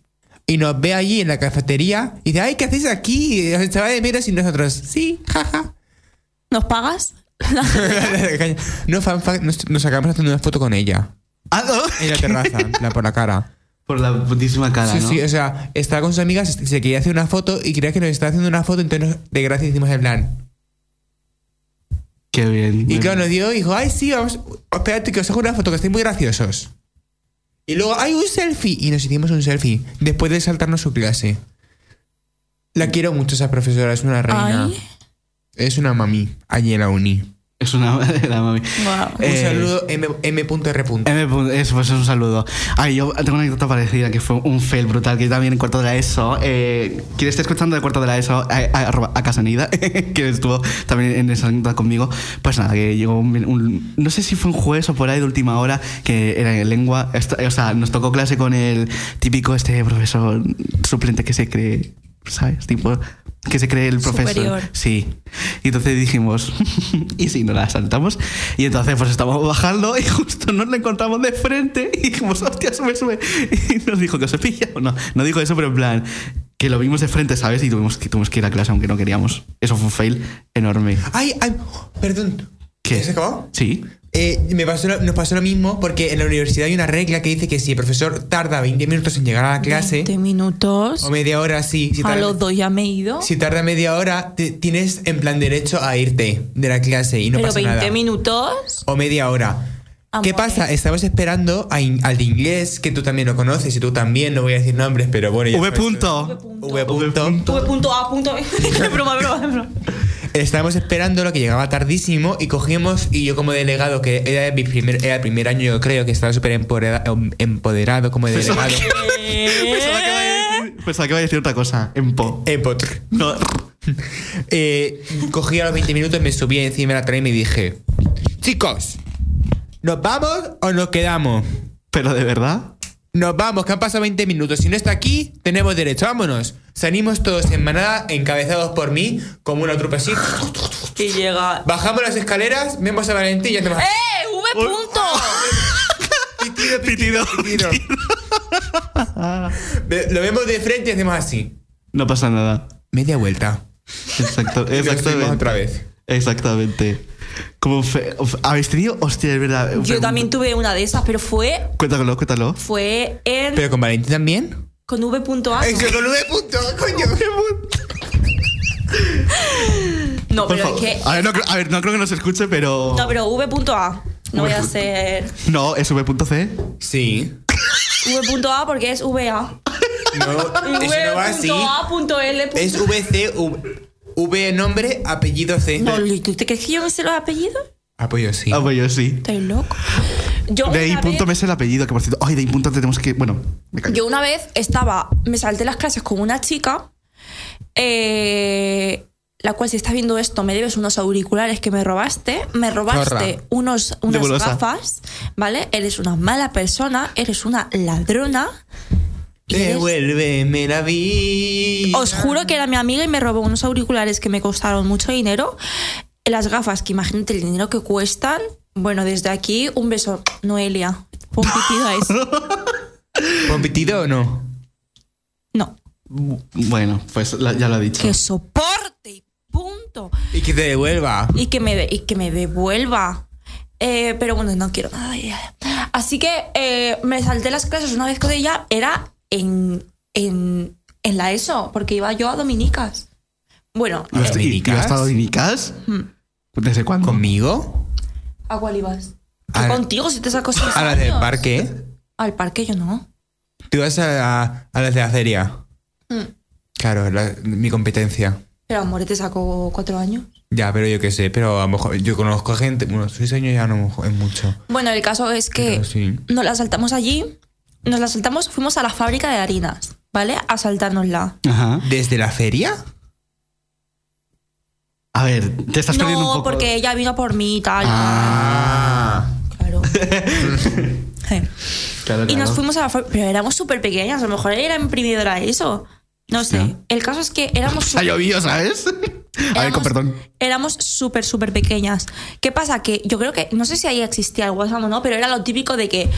[SPEAKER 4] Y nos ve allí en la cafetería y dice, ay, ¿qué hacéis aquí? Y Se va de menos y nosotros, sí, jaja.
[SPEAKER 5] ¿Nos pagas?
[SPEAKER 4] no, fan fact, nos, nos acabamos haciendo una foto con ella.
[SPEAKER 3] Ah, no.
[SPEAKER 4] En la terraza, en plan, por la cara.
[SPEAKER 3] Por la putísima cara,
[SPEAKER 4] Sí,
[SPEAKER 3] ¿no?
[SPEAKER 4] sí, o sea, estaba con sus amigas, se quería hacer una foto y creía que nos estaba haciendo una foto, entonces nos- de gracia hicimos el plan.
[SPEAKER 3] Qué bien.
[SPEAKER 4] Y claro, nos dio y dijo, ay, sí, vamos, espérate que os hago una foto, que estáis muy graciosos. Y luego, hay un selfie! Y nos hicimos un selfie, después de saltarnos su clase. La quiero mucho esa profesora, es una reina.
[SPEAKER 5] Ay.
[SPEAKER 4] Es una mami, allí en la uni.
[SPEAKER 3] Es una la mami.
[SPEAKER 5] Guau.
[SPEAKER 4] Un
[SPEAKER 3] Eh,
[SPEAKER 4] saludo M. M.R.
[SPEAKER 3] M. pu- Eso, pues es un saludo. Ay, yo tengo una anécdota parecida que fue un fail brutal que yo también en cuarto de la ESO. Eh, quien esté escuchando de cuarto de la ESO, a, a, arroba a Casanida, que estuvo también en esa anécdota conmigo, pues nada, que llegó un, un- No sé si fue un jueves o por ahí de última hora, que era en lengua. esto- o sea, nos tocó clase con el típico este profesor suplente que se cree, ¿sabes? Tipo, que se cree el profesor.
[SPEAKER 5] Superior.
[SPEAKER 3] Sí. Y entonces dijimos, ¿y si no la saltamos? Y entonces pues estábamos bajando y justo nos la encontramos de frente y dijimos, hostia, sube, sube. Y nos dijo que os he pillado. No, no dijo eso, pero en plan, que lo vimos de frente, ¿sabes? Y tuvimos que, tuvimos que ir a clase aunque no queríamos. Eso fue un fail enorme.
[SPEAKER 4] Ay, ay, perdón. ¿Ya se acabó?
[SPEAKER 3] Sí.
[SPEAKER 4] Eh, me pasó lo- nos pasó lo mismo porque en la universidad hay una regla que dice que si el profesor tarda 20 minutos en llegar a la clase,
[SPEAKER 5] 20 minutos.
[SPEAKER 4] o media hora, sí, si
[SPEAKER 5] a los
[SPEAKER 4] tarda,
[SPEAKER 5] dos ya me he ido.
[SPEAKER 4] si tarda media hora, te- tienes en plan derecho a irte de la clase y no
[SPEAKER 5] pero Ah,
[SPEAKER 4] pasa
[SPEAKER 5] 20
[SPEAKER 4] nada.
[SPEAKER 5] minutos.
[SPEAKER 4] O media hora. ¿Qué
[SPEAKER 5] Amores.
[SPEAKER 4] pasa? Estamos esperando a in- al de inglés, que tú también lo conoces y tú también, no voy a decir nombres, pero bueno. ya
[SPEAKER 3] V
[SPEAKER 4] sabes.
[SPEAKER 3] punto.
[SPEAKER 4] V punto.
[SPEAKER 5] Tuve punto A, punto B. Es broma, es broma, es broma.
[SPEAKER 4] Estábamos esperando lo que llegaba tardísimo y cogimos, y yo como delegado, que era, mi primer, era el primer año, yo creo, que estaba súper empodera- empoderado como
[SPEAKER 3] Pensaba
[SPEAKER 4] delegado.
[SPEAKER 3] que, pensaba que iba a decir- pensaba que iba a decir otra cosa. En po.
[SPEAKER 4] Empotr.
[SPEAKER 3] No.
[SPEAKER 4] Eh, cogí a los 20 minutos, me subí encima de la tren y me dije: Chicos, ¿nos vamos o nos quedamos?
[SPEAKER 3] Pero de verdad.
[SPEAKER 4] Nos vamos, que han pasado 20 minutos. Si no está aquí, tenemos derecho, vámonos. Salimos todos en manada, encabezados por mí, como una trupa así.
[SPEAKER 5] Y llega.
[SPEAKER 4] Bajamos las escaleras, vemos a Valentín y hacemos...
[SPEAKER 5] ¡Eh! ¡V punto!
[SPEAKER 4] Pitido, pitido, pitido. Ve- Lo vemos de frente y hacemos así.
[SPEAKER 3] No pasa nada.
[SPEAKER 4] Media vuelta.
[SPEAKER 3] Exacto,
[SPEAKER 4] Y nos fuimos
[SPEAKER 3] exactamente.
[SPEAKER 4] otra vez.
[SPEAKER 3] Exactamente. Como fe- of- habéis tenido, hostia, es verdad.
[SPEAKER 5] Yo también tuve una de esas, pero fue.
[SPEAKER 3] Cuéntalo, cuéntalo.
[SPEAKER 5] Fue en.
[SPEAKER 4] ¿Pero con Valentín también?
[SPEAKER 5] con V.A.
[SPEAKER 4] Es que con nueve puntos, coño.
[SPEAKER 5] No,
[SPEAKER 3] Por
[SPEAKER 5] pero es
[SPEAKER 3] favor.
[SPEAKER 5] que.
[SPEAKER 3] a, ver, no, creo- a ver, no creo que nos escuche, pero.
[SPEAKER 5] No, pero V.A. No voy a ser.
[SPEAKER 3] No, es v.c.
[SPEAKER 4] Sí.
[SPEAKER 5] V.A porque es VA.
[SPEAKER 4] No, eso no va así.
[SPEAKER 5] V.A.L.
[SPEAKER 4] Es VC, V nombre, apellido C.
[SPEAKER 5] No, Lili, ¿tú te crees que yo me sé los apellidos?
[SPEAKER 4] Apoyo sí.
[SPEAKER 3] Ah, pues yo sí.
[SPEAKER 5] Estás loco. Yo
[SPEAKER 3] De ahí
[SPEAKER 5] una
[SPEAKER 3] punto me
[SPEAKER 5] vez-
[SPEAKER 3] es el apellido, que por cierto. Ay, de ahí punto tenemos que. Bueno, me callo.
[SPEAKER 5] Yo una vez estaba, me salté las clases con una chica, eh, la cual si está viendo esto me debes unos auriculares que me robaste, me robaste
[SPEAKER 4] Zorra.
[SPEAKER 5] unos, unas
[SPEAKER 3] Nebulosa.
[SPEAKER 5] gafas, ¿vale? Eres una mala persona, eres una ladrona. y eres-
[SPEAKER 4] Devuélveme la vida.
[SPEAKER 5] Os juro que era mi amiga y me robó unos auriculares que me costaron mucho dinero, las gafas que imagínate el dinero que cuestan. Bueno, desde aquí un beso, Noelia. Pon pitido a eso.
[SPEAKER 4] ¿Competido o no?
[SPEAKER 5] No,
[SPEAKER 3] Bueno, pues la- ya lo ha dicho.
[SPEAKER 5] que soporte y punto.
[SPEAKER 4] Y que te devuelva.
[SPEAKER 5] y que me, de- y que me devuelva. Eh, pero bueno, no quiero nada de ella. Así que eh, me salté las clases una vez con ella, era en, en, en la ESO, porque iba yo a Dominicas. Bueno,
[SPEAKER 3] ¿Y has- y- y has estado en Icas?
[SPEAKER 5] Hmm.
[SPEAKER 3] ¿Desde cuándo?
[SPEAKER 4] ¿Conmigo?
[SPEAKER 5] ¿a cuál ibas?
[SPEAKER 4] A-
[SPEAKER 5] Yo contigo, si te saco seis
[SPEAKER 4] ¿A las del
[SPEAKER 5] años.
[SPEAKER 4] parque?
[SPEAKER 5] Al parque yo no.
[SPEAKER 4] Tú vas a, a- a las de la feria.
[SPEAKER 5] Mm.
[SPEAKER 4] Claro, la- mi competencia.
[SPEAKER 5] Pero amor, te saco cuatro años.
[SPEAKER 4] Ya, pero yo qué sé, pero a lo mejor yo conozco a gente. Bueno, seis años ya no es mucho.
[SPEAKER 5] Bueno, el caso es que
[SPEAKER 4] Pero sí.
[SPEAKER 5] nos la saltamos allí, nos la saltamos, fuimos a la fábrica de harinas, ¿vale? A saltárnosla.
[SPEAKER 3] Ajá.
[SPEAKER 4] ¿Desde la feria?
[SPEAKER 3] A ver, te estás
[SPEAKER 5] no,
[SPEAKER 3] perdiendo un poco.
[SPEAKER 5] porque ella vino por mí y tal.
[SPEAKER 4] Ah.
[SPEAKER 5] Claro. Eh.
[SPEAKER 3] Claro,
[SPEAKER 5] Y
[SPEAKER 3] claro.
[SPEAKER 5] nos fuimos a la fa- Pero éramos súper pequeñas, a lo mejor era imprimidora eso. No sé.
[SPEAKER 3] Hostia.
[SPEAKER 5] El caso es que éramos
[SPEAKER 3] Ha
[SPEAKER 5] súper.
[SPEAKER 3] llovido, ¿sabes? A ver, con
[SPEAKER 5] éramos-
[SPEAKER 3] perdón.
[SPEAKER 5] Éramos súper, súper pequeñas. ¿Qué pasa? Que yo creo que, no sé si ahí existía el WhatsApp o no, pero era lo típico de que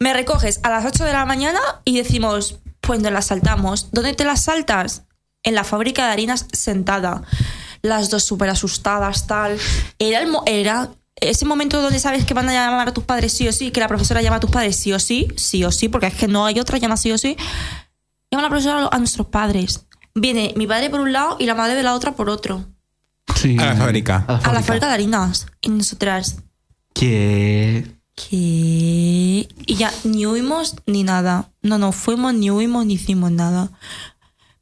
[SPEAKER 5] me recoges a las 8 de la mañana y decimos, pues nos las saltamos. ¿Dónde te las saltas? En la fábrica de harinas sentada. Las dos súper asustadas, tal. Era, el mo- era ese momento donde sabes que van a llamar a tus padres sí o sí, que la profesora llama a tus padres sí o sí, sí o sí, porque es que no hay otra, llama sí o sí. Llama la profesora a lo- a nuestros padres. Viene mi padre por un lado y la madre de la otra por otro.
[SPEAKER 3] Sí.
[SPEAKER 4] A la fábrica.
[SPEAKER 5] A la fábrica de harinas. Y nosotras,
[SPEAKER 3] Que.
[SPEAKER 5] ¿qué? Y ya ni huimos ni nada. No, no fuimos, ni huimos, ni hicimos nada.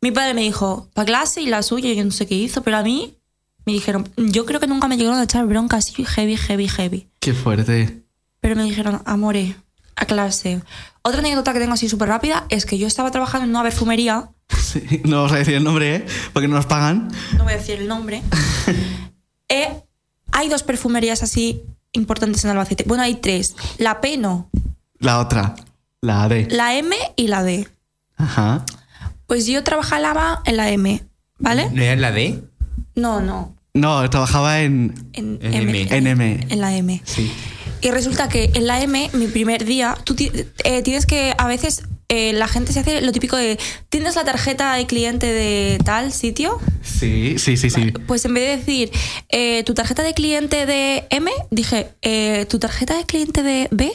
[SPEAKER 5] Mi padre me dijo, para clase y la suya, yo no sé qué hizo, pero a mí me dijeron, yo creo que nunca me llegaron a echar bronca así heavy, heavy, heavy.
[SPEAKER 3] Qué fuerte.
[SPEAKER 5] Pero me dijeron, amore, a clase. Otra anécdota que tengo así súper rápida es que yo estaba trabajando en una perfumería
[SPEAKER 3] Sí, No vamos a decir el nombre, ¿eh? Porque no nos pagan.
[SPEAKER 5] no voy a decir el nombre. Eh, hay dos perfumerías así importantes en Albacete. Bueno, hay tres. La P no,
[SPEAKER 3] La otra. La D.
[SPEAKER 5] la M y la D.
[SPEAKER 3] Ajá.
[SPEAKER 5] Pues yo trabajaba en la M, ¿vale?
[SPEAKER 4] ¿No era la D?
[SPEAKER 5] No, no.
[SPEAKER 3] No, trabajaba en.
[SPEAKER 5] En,
[SPEAKER 4] En M.
[SPEAKER 3] En M.
[SPEAKER 5] En la M.
[SPEAKER 3] Sí.
[SPEAKER 5] Y resulta que en la M, mi primer día, tú ti- eh, tienes que, a veces eh, la gente se hace lo típico de, ¿tienes la tarjeta de cliente de tal sitio?
[SPEAKER 3] Sí, sí, sí, sí.
[SPEAKER 5] Pues en vez de decir eh, tu tarjeta de cliente de M, dije eh, tu tarjeta de cliente de B.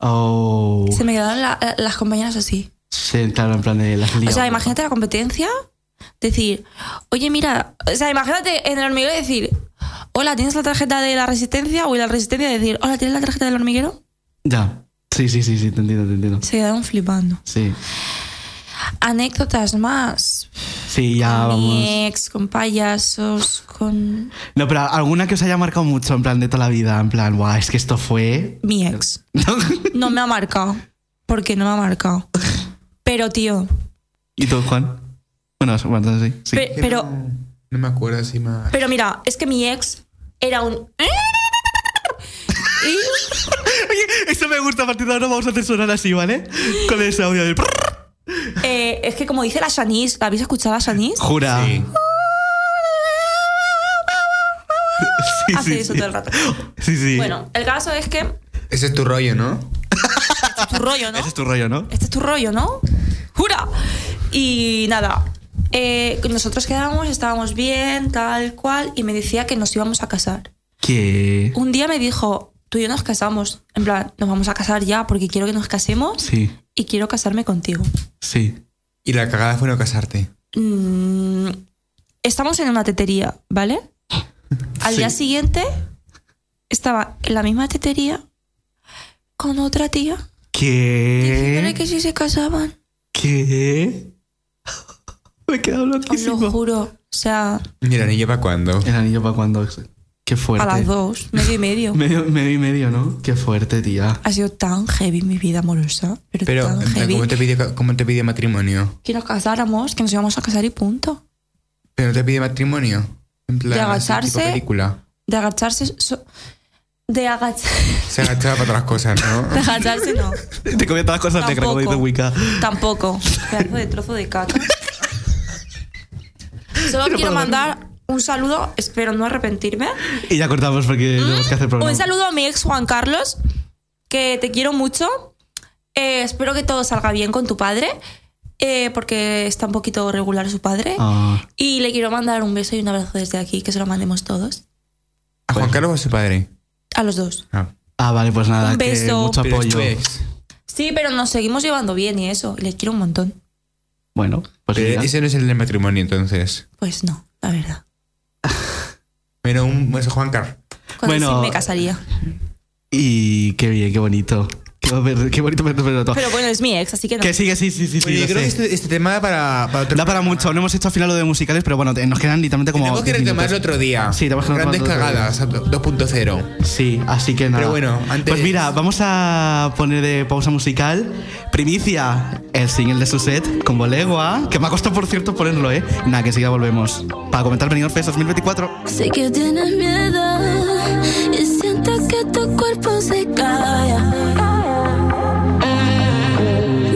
[SPEAKER 3] Oh.
[SPEAKER 5] Se me quedaron la- la- las compañeras así.
[SPEAKER 3] Sí, claro, en plan de las
[SPEAKER 5] O
[SPEAKER 3] lías.
[SPEAKER 5] sea, imagínate la competencia. Decir, oye, mira, o sea, imagínate en el hormiguero decir, hola, ¿tienes la tarjeta de la resistencia? O en la resistencia decir, hola, ¿tienes la tarjeta del hormiguero?
[SPEAKER 3] Ya. Sí, sí, sí, sí, te entiendo, te entiendo.
[SPEAKER 5] Se quedaron flipando.
[SPEAKER 3] Sí.
[SPEAKER 5] Anécdotas más.
[SPEAKER 3] Sí, ya
[SPEAKER 5] con
[SPEAKER 3] vamos.
[SPEAKER 5] mi ex, con payasos, con
[SPEAKER 3] No, pero alguna que os haya marcado mucho, en plan de toda la vida. En plan, guau, es que esto fue.
[SPEAKER 5] mi ex. No me ha marcado. Porque no me ha marcado. Pero, tío,
[SPEAKER 3] ¿Y tú, Juan? Bueno, bueno, sí. sí.
[SPEAKER 5] pe- pero
[SPEAKER 4] No me acuerdo así más.
[SPEAKER 5] Pero mira, es que mi ex era un. ¿eh? Y
[SPEAKER 3] Oye, eso me gusta, a partir de ahora vamos a hacer sonar así, ¿vale? Con ese audio del...
[SPEAKER 5] eh, es que como dice la Shanice, ¿la habéis escuchado a Shanice?
[SPEAKER 3] Jura.
[SPEAKER 4] Sí.
[SPEAKER 3] Sí,
[SPEAKER 5] Hace
[SPEAKER 3] sí,
[SPEAKER 5] Ah, eso
[SPEAKER 3] sí.
[SPEAKER 5] todo el rato.
[SPEAKER 3] Sí, sí.
[SPEAKER 5] Bueno, el caso es que
[SPEAKER 4] Ese es tu rollo, ¿no?
[SPEAKER 5] este es tu rollo, ¿no?
[SPEAKER 3] Ese es tu rollo, ¿no?
[SPEAKER 5] Este es tu rollo, ¿no? ¡Jura! Y nada, eh, nosotros quedamos, estábamos bien, tal cual, y me decía que nos íbamos a casar.
[SPEAKER 3] Que.
[SPEAKER 5] Un día me dijo, tú y yo nos casamos. En plan, nos vamos a casar ya porque quiero que nos casemos
[SPEAKER 3] Sí,
[SPEAKER 5] y quiero casarme contigo.
[SPEAKER 3] sí.
[SPEAKER 4] Y la cagada fue no casarte.
[SPEAKER 5] Mm, estamos en una tetería, ¿vale? Al día siguiente estaba en la misma tetería con otra tía diciéndole
[SPEAKER 3] Que.
[SPEAKER 5] que sí se casaban.
[SPEAKER 3] Que. Me he quedado
[SPEAKER 5] Os lo
[SPEAKER 3] loquísimo.
[SPEAKER 5] juro. O sea,
[SPEAKER 4] ¿Y el anillo para cuándo?
[SPEAKER 3] El anillo para cuando. Qué
[SPEAKER 5] a
[SPEAKER 3] fuerte.
[SPEAKER 5] las dos, medio y medio.
[SPEAKER 3] Medio, medio y medio, ¿no? Qué fuerte, tía.
[SPEAKER 5] Ha sido tan heavy mi vida amorosa. Pero,
[SPEAKER 4] Pero,
[SPEAKER 5] tan
[SPEAKER 4] en plan,
[SPEAKER 5] heavy.
[SPEAKER 4] ¿cómo te, pidió, ¿cómo te pidió matrimonio?
[SPEAKER 5] Que nos casáramos, que nos íbamos a casar y punto.
[SPEAKER 4] ¿Pero no te pide matrimonio? En plan,
[SPEAKER 5] De
[SPEAKER 4] así,
[SPEAKER 5] agacharse.
[SPEAKER 4] tipo película.
[SPEAKER 5] De agacharse. so- de, agach-
[SPEAKER 4] Se agachaba para otras cosas,
[SPEAKER 5] de
[SPEAKER 4] ¿no?
[SPEAKER 5] agacharse no.
[SPEAKER 3] Te comía todas las cosas negras, como dice
[SPEAKER 5] Tampoco.
[SPEAKER 3] Wicca.
[SPEAKER 5] Tampoco. Pedazo de trozo de caca. Solo quiero mandar un saludo, espero no arrepentirme.
[SPEAKER 3] Y ya cortamos porque tenemos que hacer programa.
[SPEAKER 5] Mm, Un saludo a mi ex Juan Carlos, que te quiero mucho. Eh, espero que todo salga bien con tu padre, eh, porque está un poquito regular su padre.
[SPEAKER 3] Ah,
[SPEAKER 5] Y le quiero mandar un beso y un abrazo desde aquí, que se lo mandemos todos.
[SPEAKER 4] ¿A Juan Carlos o a su padre?
[SPEAKER 5] A los dos.
[SPEAKER 4] Ah.
[SPEAKER 3] Ah, vale, pues nada.
[SPEAKER 5] Un
[SPEAKER 3] que
[SPEAKER 5] beso.
[SPEAKER 3] mucho
[SPEAKER 4] Pero es
[SPEAKER 3] apoyo.
[SPEAKER 4] tu ex.
[SPEAKER 5] Sí, pero nos seguimos llevando bien y eso. y Le quiero un montón.
[SPEAKER 3] Bueno, pues
[SPEAKER 4] Pero
[SPEAKER 3] mira.
[SPEAKER 4] Eh, ese no es el del matrimonio, entonces.
[SPEAKER 5] Pues no, la verdad.
[SPEAKER 4] Pero un beso, Juan Carlos.
[SPEAKER 5] Con él sí
[SPEAKER 3] Bueno,
[SPEAKER 5] me casaría.
[SPEAKER 3] Y qué bien, qué bonito. Qué, ver- qué bonito vernos verlo todo.
[SPEAKER 5] Pero bueno, es mi ex, así que no.
[SPEAKER 3] Que sí, que sí, sí, sí. sí, lo
[SPEAKER 4] Oye, yo creo
[SPEAKER 3] sé.
[SPEAKER 4] que este, este tema da para, para otro
[SPEAKER 3] Da para
[SPEAKER 4] programa.
[SPEAKER 3] mucho. No hemos hecho al final lo de musicales, pero bueno, te- nos quedan literalmente como.
[SPEAKER 4] Tenemos que
[SPEAKER 3] 10 minutos.
[SPEAKER 4] retomarlo otro día.
[SPEAKER 3] Sí, tenemos que
[SPEAKER 4] Grandes
[SPEAKER 3] retomarlo otro día.
[SPEAKER 4] cagadas, 2.0.
[SPEAKER 3] Sí, así que nada.
[SPEAKER 4] Pero bueno, antes-
[SPEAKER 3] Pues mira, vamos a poner de pausa musical. Primicia, el single de Suset con Bolegua. Que me ha costado, por cierto, ponerlo, ¿eh? Nada, que enseguida volvemos. Para comentar Benidorm Fest 2024.
[SPEAKER 9] Sé que tienes miedo y siento que tu cuerpo se calla.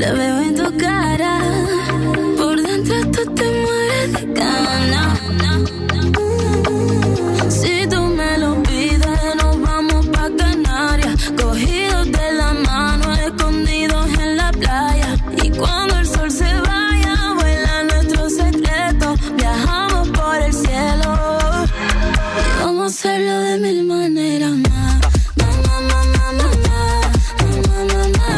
[SPEAKER 9] Lo veo en tu cara, por dentro tú te mueres de gana. Si tú me lo pides, nos vamos pa Canarias, cogidos de la mano, escondidos en la playa. Y cuando el sol se vaya, vuela nuestro secreto, viajamos por el cielo. Vamos a hacerlo de mil maneras más. Ma, ma, ma, ma, ma, ma, ma, ma, ma, ma.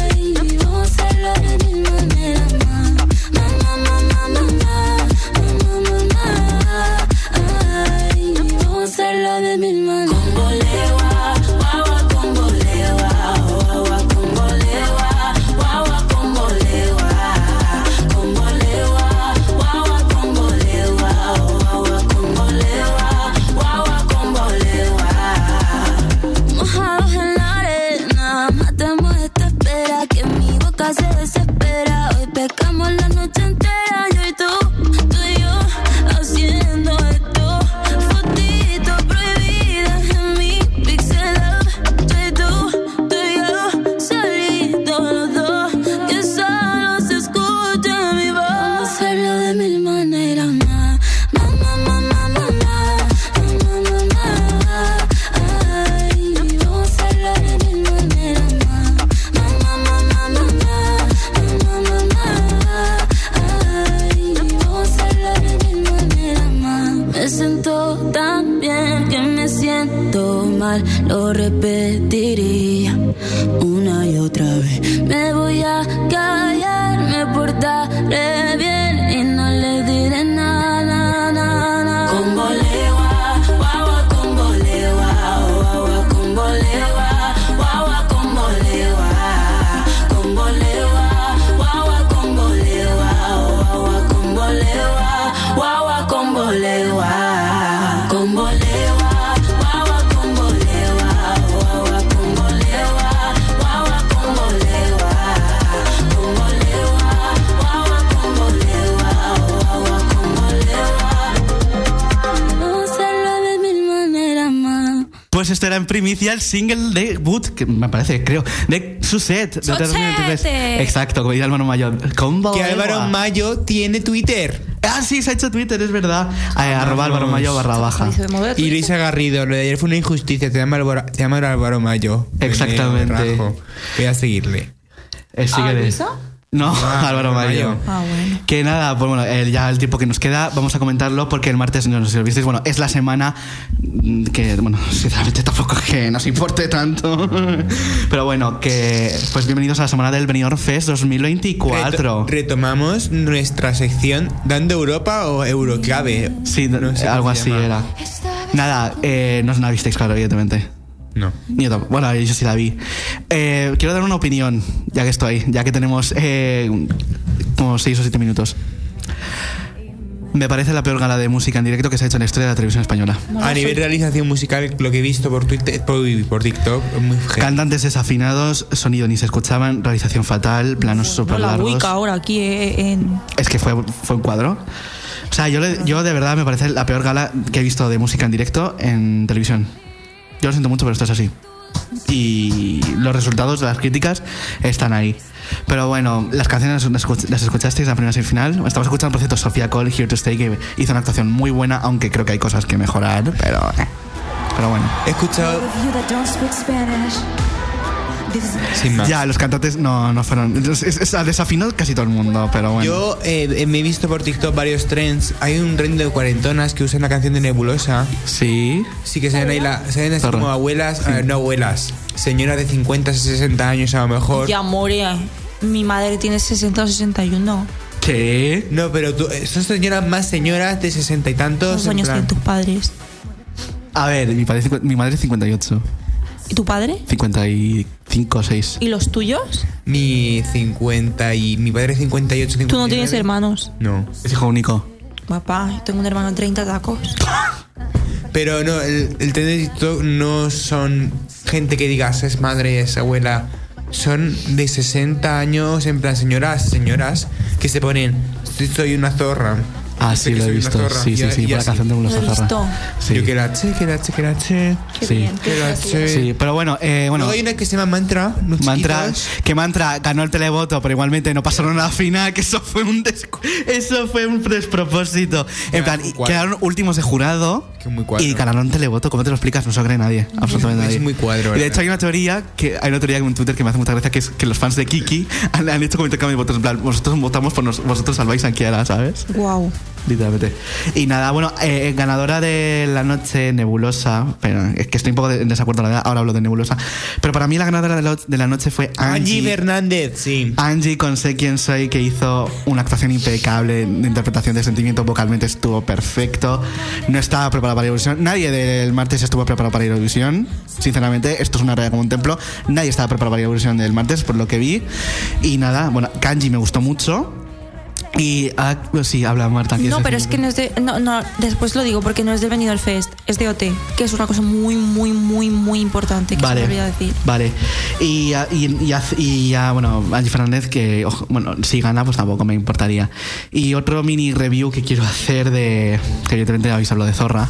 [SPEAKER 9] Ay, vamos a hacerlo de mil maneras más. Ma, ma, ma, ma, ma, ma, ma, ma, ma. Ay, vamos a hacerlo de mil maneras. Con bolewa, guagua con bolewa, guagua con bolewa, guagua con bolewa, con bolewa, guagua con bolewa, guagua con bolewa, guagua con bolewa. Mojados en la arena, matamos esta espera que mi boca se desespera. Hoy pescamos la noche entera, yo y tú, tú y yo, haciendo esto. Fotitos prohibidas en mi pixel up. Yo y tú, tú y yo, solitos los dos, que solo se escucha mi voz. Vamos a hacerlo de mil maneras más. Ma, ma, ma, ma, ma, ma, ma, ma, ma. Ay, vamos a hacerlo de mil maneras más. Ma, ma, ma, ma, ma, ma, ma, ma, ma. Ay, vamos a hacerlo de mil maneras más. Me siento tan bien que me siento mal, lo repetiría una y otra vez. Me voy a callar, me portaré bien y no le diré nada, nada, nada. Con bolewa, guagua con bolewa, guagua con bolewa, guagua con bolewa, con bolewa, guagua con bolewa, guagua con bolewa, guagua con bolewa, con bolewa, guagua con bolewa, guagua con bolewa, guagua con bolewa, con bolewa, guagua con bolewa.
[SPEAKER 3] Pues esto era en primicia el single de Boot, que me parece, creo, de Suset. De
[SPEAKER 5] Suset.
[SPEAKER 3] 2023. Exacto, como diría Álvaro Mayor. Combo.
[SPEAKER 4] Que Álvaro
[SPEAKER 3] Oh, Eva.
[SPEAKER 4] Mayo tiene Twitter.
[SPEAKER 3] Ah, sí, se ha hecho Twitter, es verdad. Eh, arroba Álvaro Mayor barra baja.
[SPEAKER 5] Dice, "Me muevo de
[SPEAKER 4] Y
[SPEAKER 5] Twitter".
[SPEAKER 4] Luisa Garrido, lo de ayer fue una injusticia. Te llama Álvaro, te llama Álvaro Mayo. Me
[SPEAKER 3] Exactamente.
[SPEAKER 4] rajo. Voy a seguirle.
[SPEAKER 3] Eh, sí que
[SPEAKER 5] ¿Ah,
[SPEAKER 3] de-
[SPEAKER 5] Luisa?
[SPEAKER 3] No,
[SPEAKER 4] Ah,
[SPEAKER 3] Álvaro
[SPEAKER 4] Álvaro
[SPEAKER 3] Mayo.
[SPEAKER 4] Mayo.
[SPEAKER 5] Ah, bueno.
[SPEAKER 3] Que nada, pues bueno, el- ya el tiempo que nos queda, vamos a comentarlo porque el martes no nos visteis. Bueno, es la semana mm, que, bueno, sinceramente tampoco es que nos importe tanto. Pero bueno, que pues bienvenidos a la semana del Benidorm Fest 2024.
[SPEAKER 4] Reto- retomamos nuestra sección Dando Europa o Euroclave.
[SPEAKER 3] sí,
[SPEAKER 4] No sé
[SPEAKER 3] algo
[SPEAKER 4] cómo
[SPEAKER 3] así
[SPEAKER 4] se llama.
[SPEAKER 3] era. Nada, eh, no os la visteis, claro, evidentemente.
[SPEAKER 4] No.
[SPEAKER 3] Ni yo tampoco. Bueno, yo sí la vi. Eh, quiero dar una opinión, ya que estoy, ya que tenemos eh, como 6 o 7 minutos. Me parece la peor gala de música en directo que se ha hecho en la historia de la televisión española.
[SPEAKER 4] A nivel realización musical, lo que he visto por Twitter, por, por TikTok, es muy genial.
[SPEAKER 3] Cantantes desafinados, sonido ni se escuchaban, realización fatal, planos
[SPEAKER 5] No,
[SPEAKER 3] super
[SPEAKER 5] la
[SPEAKER 3] largos.
[SPEAKER 5] Wicca ahora aquí eh, en.
[SPEAKER 3] Es que fue, fue un cuadro. O sea, yo, le- yo de verdad me parece la peor gala que he visto de música en directo en televisión. Yo lo siento mucho, pero esto es así. Y los resultados de las críticas están ahí. Pero bueno, las canciones las, escuch- las escuchasteis la primera semifinal. Estamos escuchando, por cierto, Sofía Cole, Here to Stay, que hizo una actuación muy buena, aunque creo que hay cosas que mejorar, pero, eh. pero bueno.
[SPEAKER 4] He escuchado. Sin más.
[SPEAKER 3] Ya, los cantantes no, no fueron. es- es- es- Desafinó casi todo el mundo, pero bueno.
[SPEAKER 4] Yo eh, me he visto por TikTok varios trends. Hay un trend de cuarentonas que usan la canción de Nebulosa.
[SPEAKER 3] Sí.
[SPEAKER 4] Sí, que se ven ahí la, se ven así
[SPEAKER 3] Torre.
[SPEAKER 4] como abuelas, eh, no abuelas, señoras de 50, 60 años a lo mejor.
[SPEAKER 5] Ya, more. Mi madre tiene 60 o 61.
[SPEAKER 3] ¿Qué?
[SPEAKER 4] No, pero tú, eh, son señoras más señoras de 60 y tantos.
[SPEAKER 5] ¿Cuántos
[SPEAKER 4] en
[SPEAKER 5] años
[SPEAKER 4] plan-
[SPEAKER 5] tienen tus padres?
[SPEAKER 3] A ver, mi, padre, es cincu- mi madre es 58.
[SPEAKER 5] ¿Y tu padre?
[SPEAKER 3] 55 o 6.
[SPEAKER 5] ¿Y los tuyos?
[SPEAKER 4] Mi 50 y mi padre 58, 59.
[SPEAKER 5] Tú no tienes hermanos.
[SPEAKER 4] No.
[SPEAKER 3] Es hijo único.
[SPEAKER 5] Papá, yo tengo un hermano de 30 tacos.
[SPEAKER 4] Pero no, el, el trend de TikTok no son gente que digas es madre, es abuela. Son de 60 años, en plan señoras, señoras, que se ponen, "Sí, soy una zorra.
[SPEAKER 3] Ah,
[SPEAKER 4] Sé
[SPEAKER 3] sí, lo
[SPEAKER 4] que
[SPEAKER 3] he
[SPEAKER 4] soy una
[SPEAKER 3] visto.
[SPEAKER 4] zorra",
[SPEAKER 3] Sí,
[SPEAKER 4] y
[SPEAKER 3] sí,
[SPEAKER 4] a-
[SPEAKER 3] sí,
[SPEAKER 4] y
[SPEAKER 3] por la
[SPEAKER 4] así.
[SPEAKER 3] canción de Bulos
[SPEAKER 5] Lo he visto.
[SPEAKER 3] Azarra. Sí.
[SPEAKER 4] Yo que la che, que la che, que la che.
[SPEAKER 3] sí.
[SPEAKER 4] Que la che.
[SPEAKER 3] Sí, pero bueno, eh, bueno.
[SPEAKER 4] Luego hay una que se llama Mantra. unos
[SPEAKER 3] Mantra,
[SPEAKER 4] chiquitos.
[SPEAKER 3] que Mantra ganó el televoto, pero igualmente no pasaron a la final, que eso fue un des- eso fue un despropósito. En
[SPEAKER 4] Ya,
[SPEAKER 3] plan,
[SPEAKER 4] cuadro.
[SPEAKER 3] quedaron últimos de jurado
[SPEAKER 4] Que muy cuadro.
[SPEAKER 3] y ganaron televoto. ¿Cómo te lo explicas? No se lo cree nadie, absolutamente
[SPEAKER 4] Es
[SPEAKER 3] nadie.
[SPEAKER 4] muy cuadro,
[SPEAKER 3] Y de
[SPEAKER 4] ¿verdad?
[SPEAKER 3] hecho hay una teoría, que hay una teoría en Twitter que me hace mucha gracia, que es que los fans de Kiki han, han hecho como intercambio de votos, en plan, vosotros votamos por nos, vosotros salváis a Kiara, ¿sabes?
[SPEAKER 5] Wow.
[SPEAKER 3] Literalmente. Y nada, bueno, eh, ganadora de la noche Nebulosa, pero es que estoy un poco de- en desacuerdo, la verdad, ahora hablo de Nebulosa, pero para mí la ganadora de la, de la noche fue
[SPEAKER 4] Angie
[SPEAKER 3] Angie.
[SPEAKER 4] Fernández, sí.
[SPEAKER 3] Angie con Sé quién soy, que hizo una actuación impecable de interpretación de sentimiento, vocalmente estuvo perfecto. No estaba preparada para Eurovisión. Nadie del martes estuvo preparado para Eurovisión. Sinceramente, esto es una realidad como un templo. Nadie estaba preparado para Eurovisión del martes, por lo que vi. Y nada, bueno, Kanji me gustó mucho. Y ah, sí, habla Marta. ¿quieres
[SPEAKER 5] No, pero
[SPEAKER 3] decir
[SPEAKER 5] es que no es de. No, no, después lo digo porque no es del Benidorm Fest, es de OT, que es una cosa muy, muy, muy, muy importante que se me olvida decir.
[SPEAKER 3] Vale. Y ya, y, y haz- y ya, bueno, Angie Fernández, que ojo, bueno, si gana, pues tampoco me importaría. Y otro mini review que quiero hacer de. Que evidentemente habéis hablado de Zorra.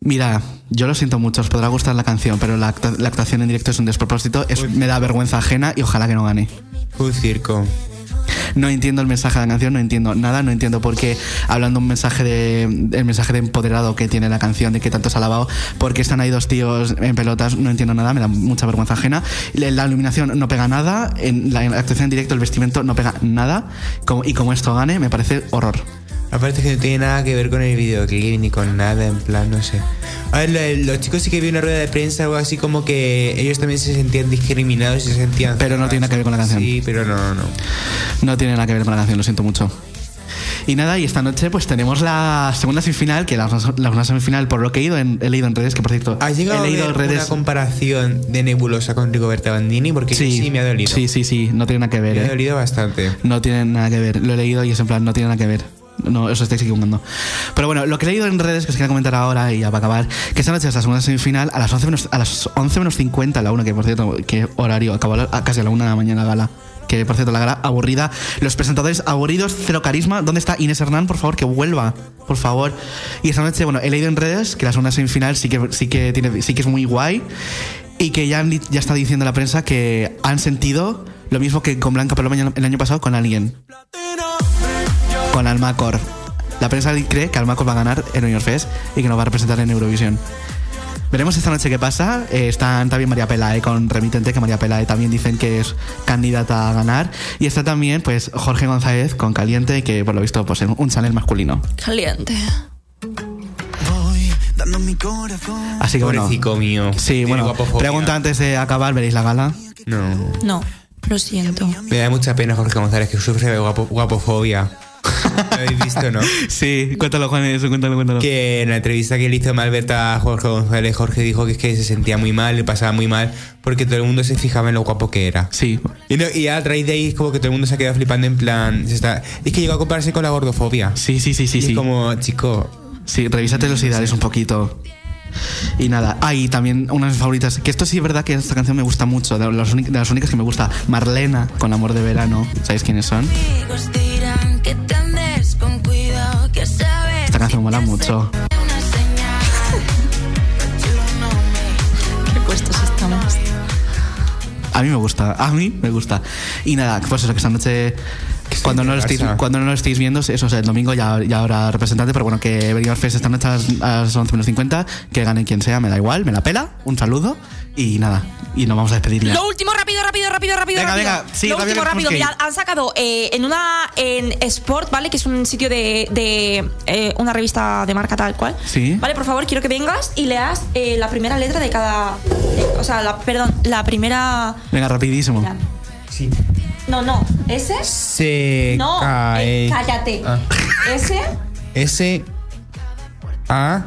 [SPEAKER 3] Mira, yo lo siento mucho, os podrá gustar la canción, pero la, acta- la actuación en directo es un despropósito, es- me da vergüenza ajena y ojalá que no gane.
[SPEAKER 4] Fue un circo.
[SPEAKER 3] No entiendo el mensaje de la canción, no entiendo nada, no entiendo por qué hablando un mensaje de el mensaje de empoderado que tiene la canción, de que tanto se ha alabado, porque están ahí dos tíos en pelotas, no entiendo nada, me da mucha vergüenza ajena. La la iluminación no pega nada, en la, en la actuación en directo el vestimento no pega nada, como- y como esto gane me parece horror.
[SPEAKER 4] Aparte que no tiene nada que ver con el videoclip ni con nada, en plan, no sé. A ver, lo- los chicos sí que vi una rueda de prensa o algo así como que ellos también se sentían discriminados y se sentían...
[SPEAKER 3] Pero no tiene nada que ver con la canción.
[SPEAKER 4] Sí, pero no, no, no.
[SPEAKER 3] No tiene nada que ver con la canción, lo siento mucho. Y nada, y esta noche pues tenemos la segunda semifinal, que la, la segunda semifinal, por lo que he, ido en- he leído en redes, que por cierto,
[SPEAKER 4] ¿Has
[SPEAKER 3] he
[SPEAKER 4] llegado
[SPEAKER 3] leído
[SPEAKER 4] a
[SPEAKER 3] en
[SPEAKER 4] ver
[SPEAKER 3] redes...
[SPEAKER 4] una comparación de Nebulosa con Rigoberta Bandini? Porque sí, sí me ha dolido.
[SPEAKER 3] Sí, sí, sí, no tiene nada que ver.
[SPEAKER 4] Me ha
[SPEAKER 3] ¿eh?
[SPEAKER 4] dolido bastante.
[SPEAKER 3] No tiene nada que ver. Lo he leído y es en plan, no tiene nada que ver. No, os estáis equivocando. Pero bueno, lo que he leído en redes, que os quería comentar ahora y ya para acabar, que esta noche es la segunda semifinal a las 11 menos, a las 11 menos 50, la una, que por cierto, que horario, acabó a la- a casi a la una de la mañana gala. Qué que por cierto la gala aburrida, los presentadores aburridos, cero carisma. ¿Dónde está Inés Hernán? Por favor, que vuelva, por favor. Y esta noche, bueno, he leído en redes que la segunda semifinal sí que, sí que, tiene, sí que es muy guay y que ya, han di- ya está diciendo la prensa que han sentido lo mismo que con Blanca Paloma el año pasado con alguien con Almacor. La prensa cree que Almacor va a ganar en New York Fest y que nos va a representar en Eurovisión. Veremos esta noche qué pasa. Eh, están también María Pelae con Remitente, que María Pelae también dicen que es candidata a ganar. Y está también pues Jorge González con Caliente, que por lo visto posee un channel masculino.
[SPEAKER 5] Caliente.
[SPEAKER 3] Así que bueno.
[SPEAKER 4] Pobrecico mío.
[SPEAKER 3] Sí,
[SPEAKER 4] Tiene
[SPEAKER 3] bueno.
[SPEAKER 4] guapofobia.
[SPEAKER 3] Pregunta antes de acabar, veréis la gala.
[SPEAKER 4] No.
[SPEAKER 5] No, lo siento.
[SPEAKER 4] Me da mucha pena Jorge González que sufre de guapo- guapofobia. Lo habéis visto, ¿no?
[SPEAKER 3] Sí, cuéntalo, Juan, eso, cuéntalo, cuéntalo.
[SPEAKER 4] Que en la entrevista que le hizo Malberta a Jorge González, Jorge dijo que es que se sentía muy mal, le pasaba muy mal, porque todo el mundo se fijaba en lo guapo que era.
[SPEAKER 3] Sí.
[SPEAKER 4] Y, no- y a raíz de ahí es como que todo el mundo se ha quedado flipando en plan... se está- es que llegó a compararse con la gordofobia.
[SPEAKER 3] Sí, sí, sí, sí.
[SPEAKER 4] y es
[SPEAKER 3] sí.
[SPEAKER 4] como, chico,
[SPEAKER 3] Sí, revísate los ideales un poquito. Y nada, hay también unas de mis favoritas. Que esto sí es verdad que esta canción me gusta mucho. De, los únic- de las únicas que me gusta. Marlena con Amor de Verano. ¿Sabéis quiénes son?
[SPEAKER 6] Amigos dirán que te andes con cuidado, que sabes.
[SPEAKER 3] Esta canción mola mucho.
[SPEAKER 6] Una señal.
[SPEAKER 5] ¿Qué puestos estamos?
[SPEAKER 3] A mí me gusta. A mí me gusta. Y nada, pues eso, que esta noche. Cuando no, lo estéis,
[SPEAKER 4] Barça.
[SPEAKER 3] cuando no lo estéis viendo, eso es el domingo, ya, ya habrá representante, pero bueno, que Benidorm Fest esta noche a las, a las 11 menos 50, que gane quien sea, me da igual, me la pela, un saludo y nada, y nos vamos a despedir ya.
[SPEAKER 5] Lo último, rápido, rápido, rápido, rápido.
[SPEAKER 3] Venga,
[SPEAKER 5] rápido.
[SPEAKER 3] venga, sí,
[SPEAKER 5] Lo
[SPEAKER 3] rápido,
[SPEAKER 5] último,
[SPEAKER 3] que
[SPEAKER 5] rápido.
[SPEAKER 3] tenemos que
[SPEAKER 5] Mirad, han sacado eh, en una. En Sport, ¿vale? Que es un sitio de. de eh, una revista de marca tal cual.
[SPEAKER 3] Sí.
[SPEAKER 5] Vale, por favor, quiero que vengas y leas eh, la primera letra de cada. de- o sea, la, perdón, la primera.
[SPEAKER 3] Venga, rapidísimo.
[SPEAKER 5] Ya. No, no. ¿Ese?
[SPEAKER 3] E
[SPEAKER 4] se
[SPEAKER 5] No. eh,
[SPEAKER 3] Ah.
[SPEAKER 4] cae...
[SPEAKER 5] cállate.
[SPEAKER 4] Ah.
[SPEAKER 5] ¿Ese?
[SPEAKER 4] S A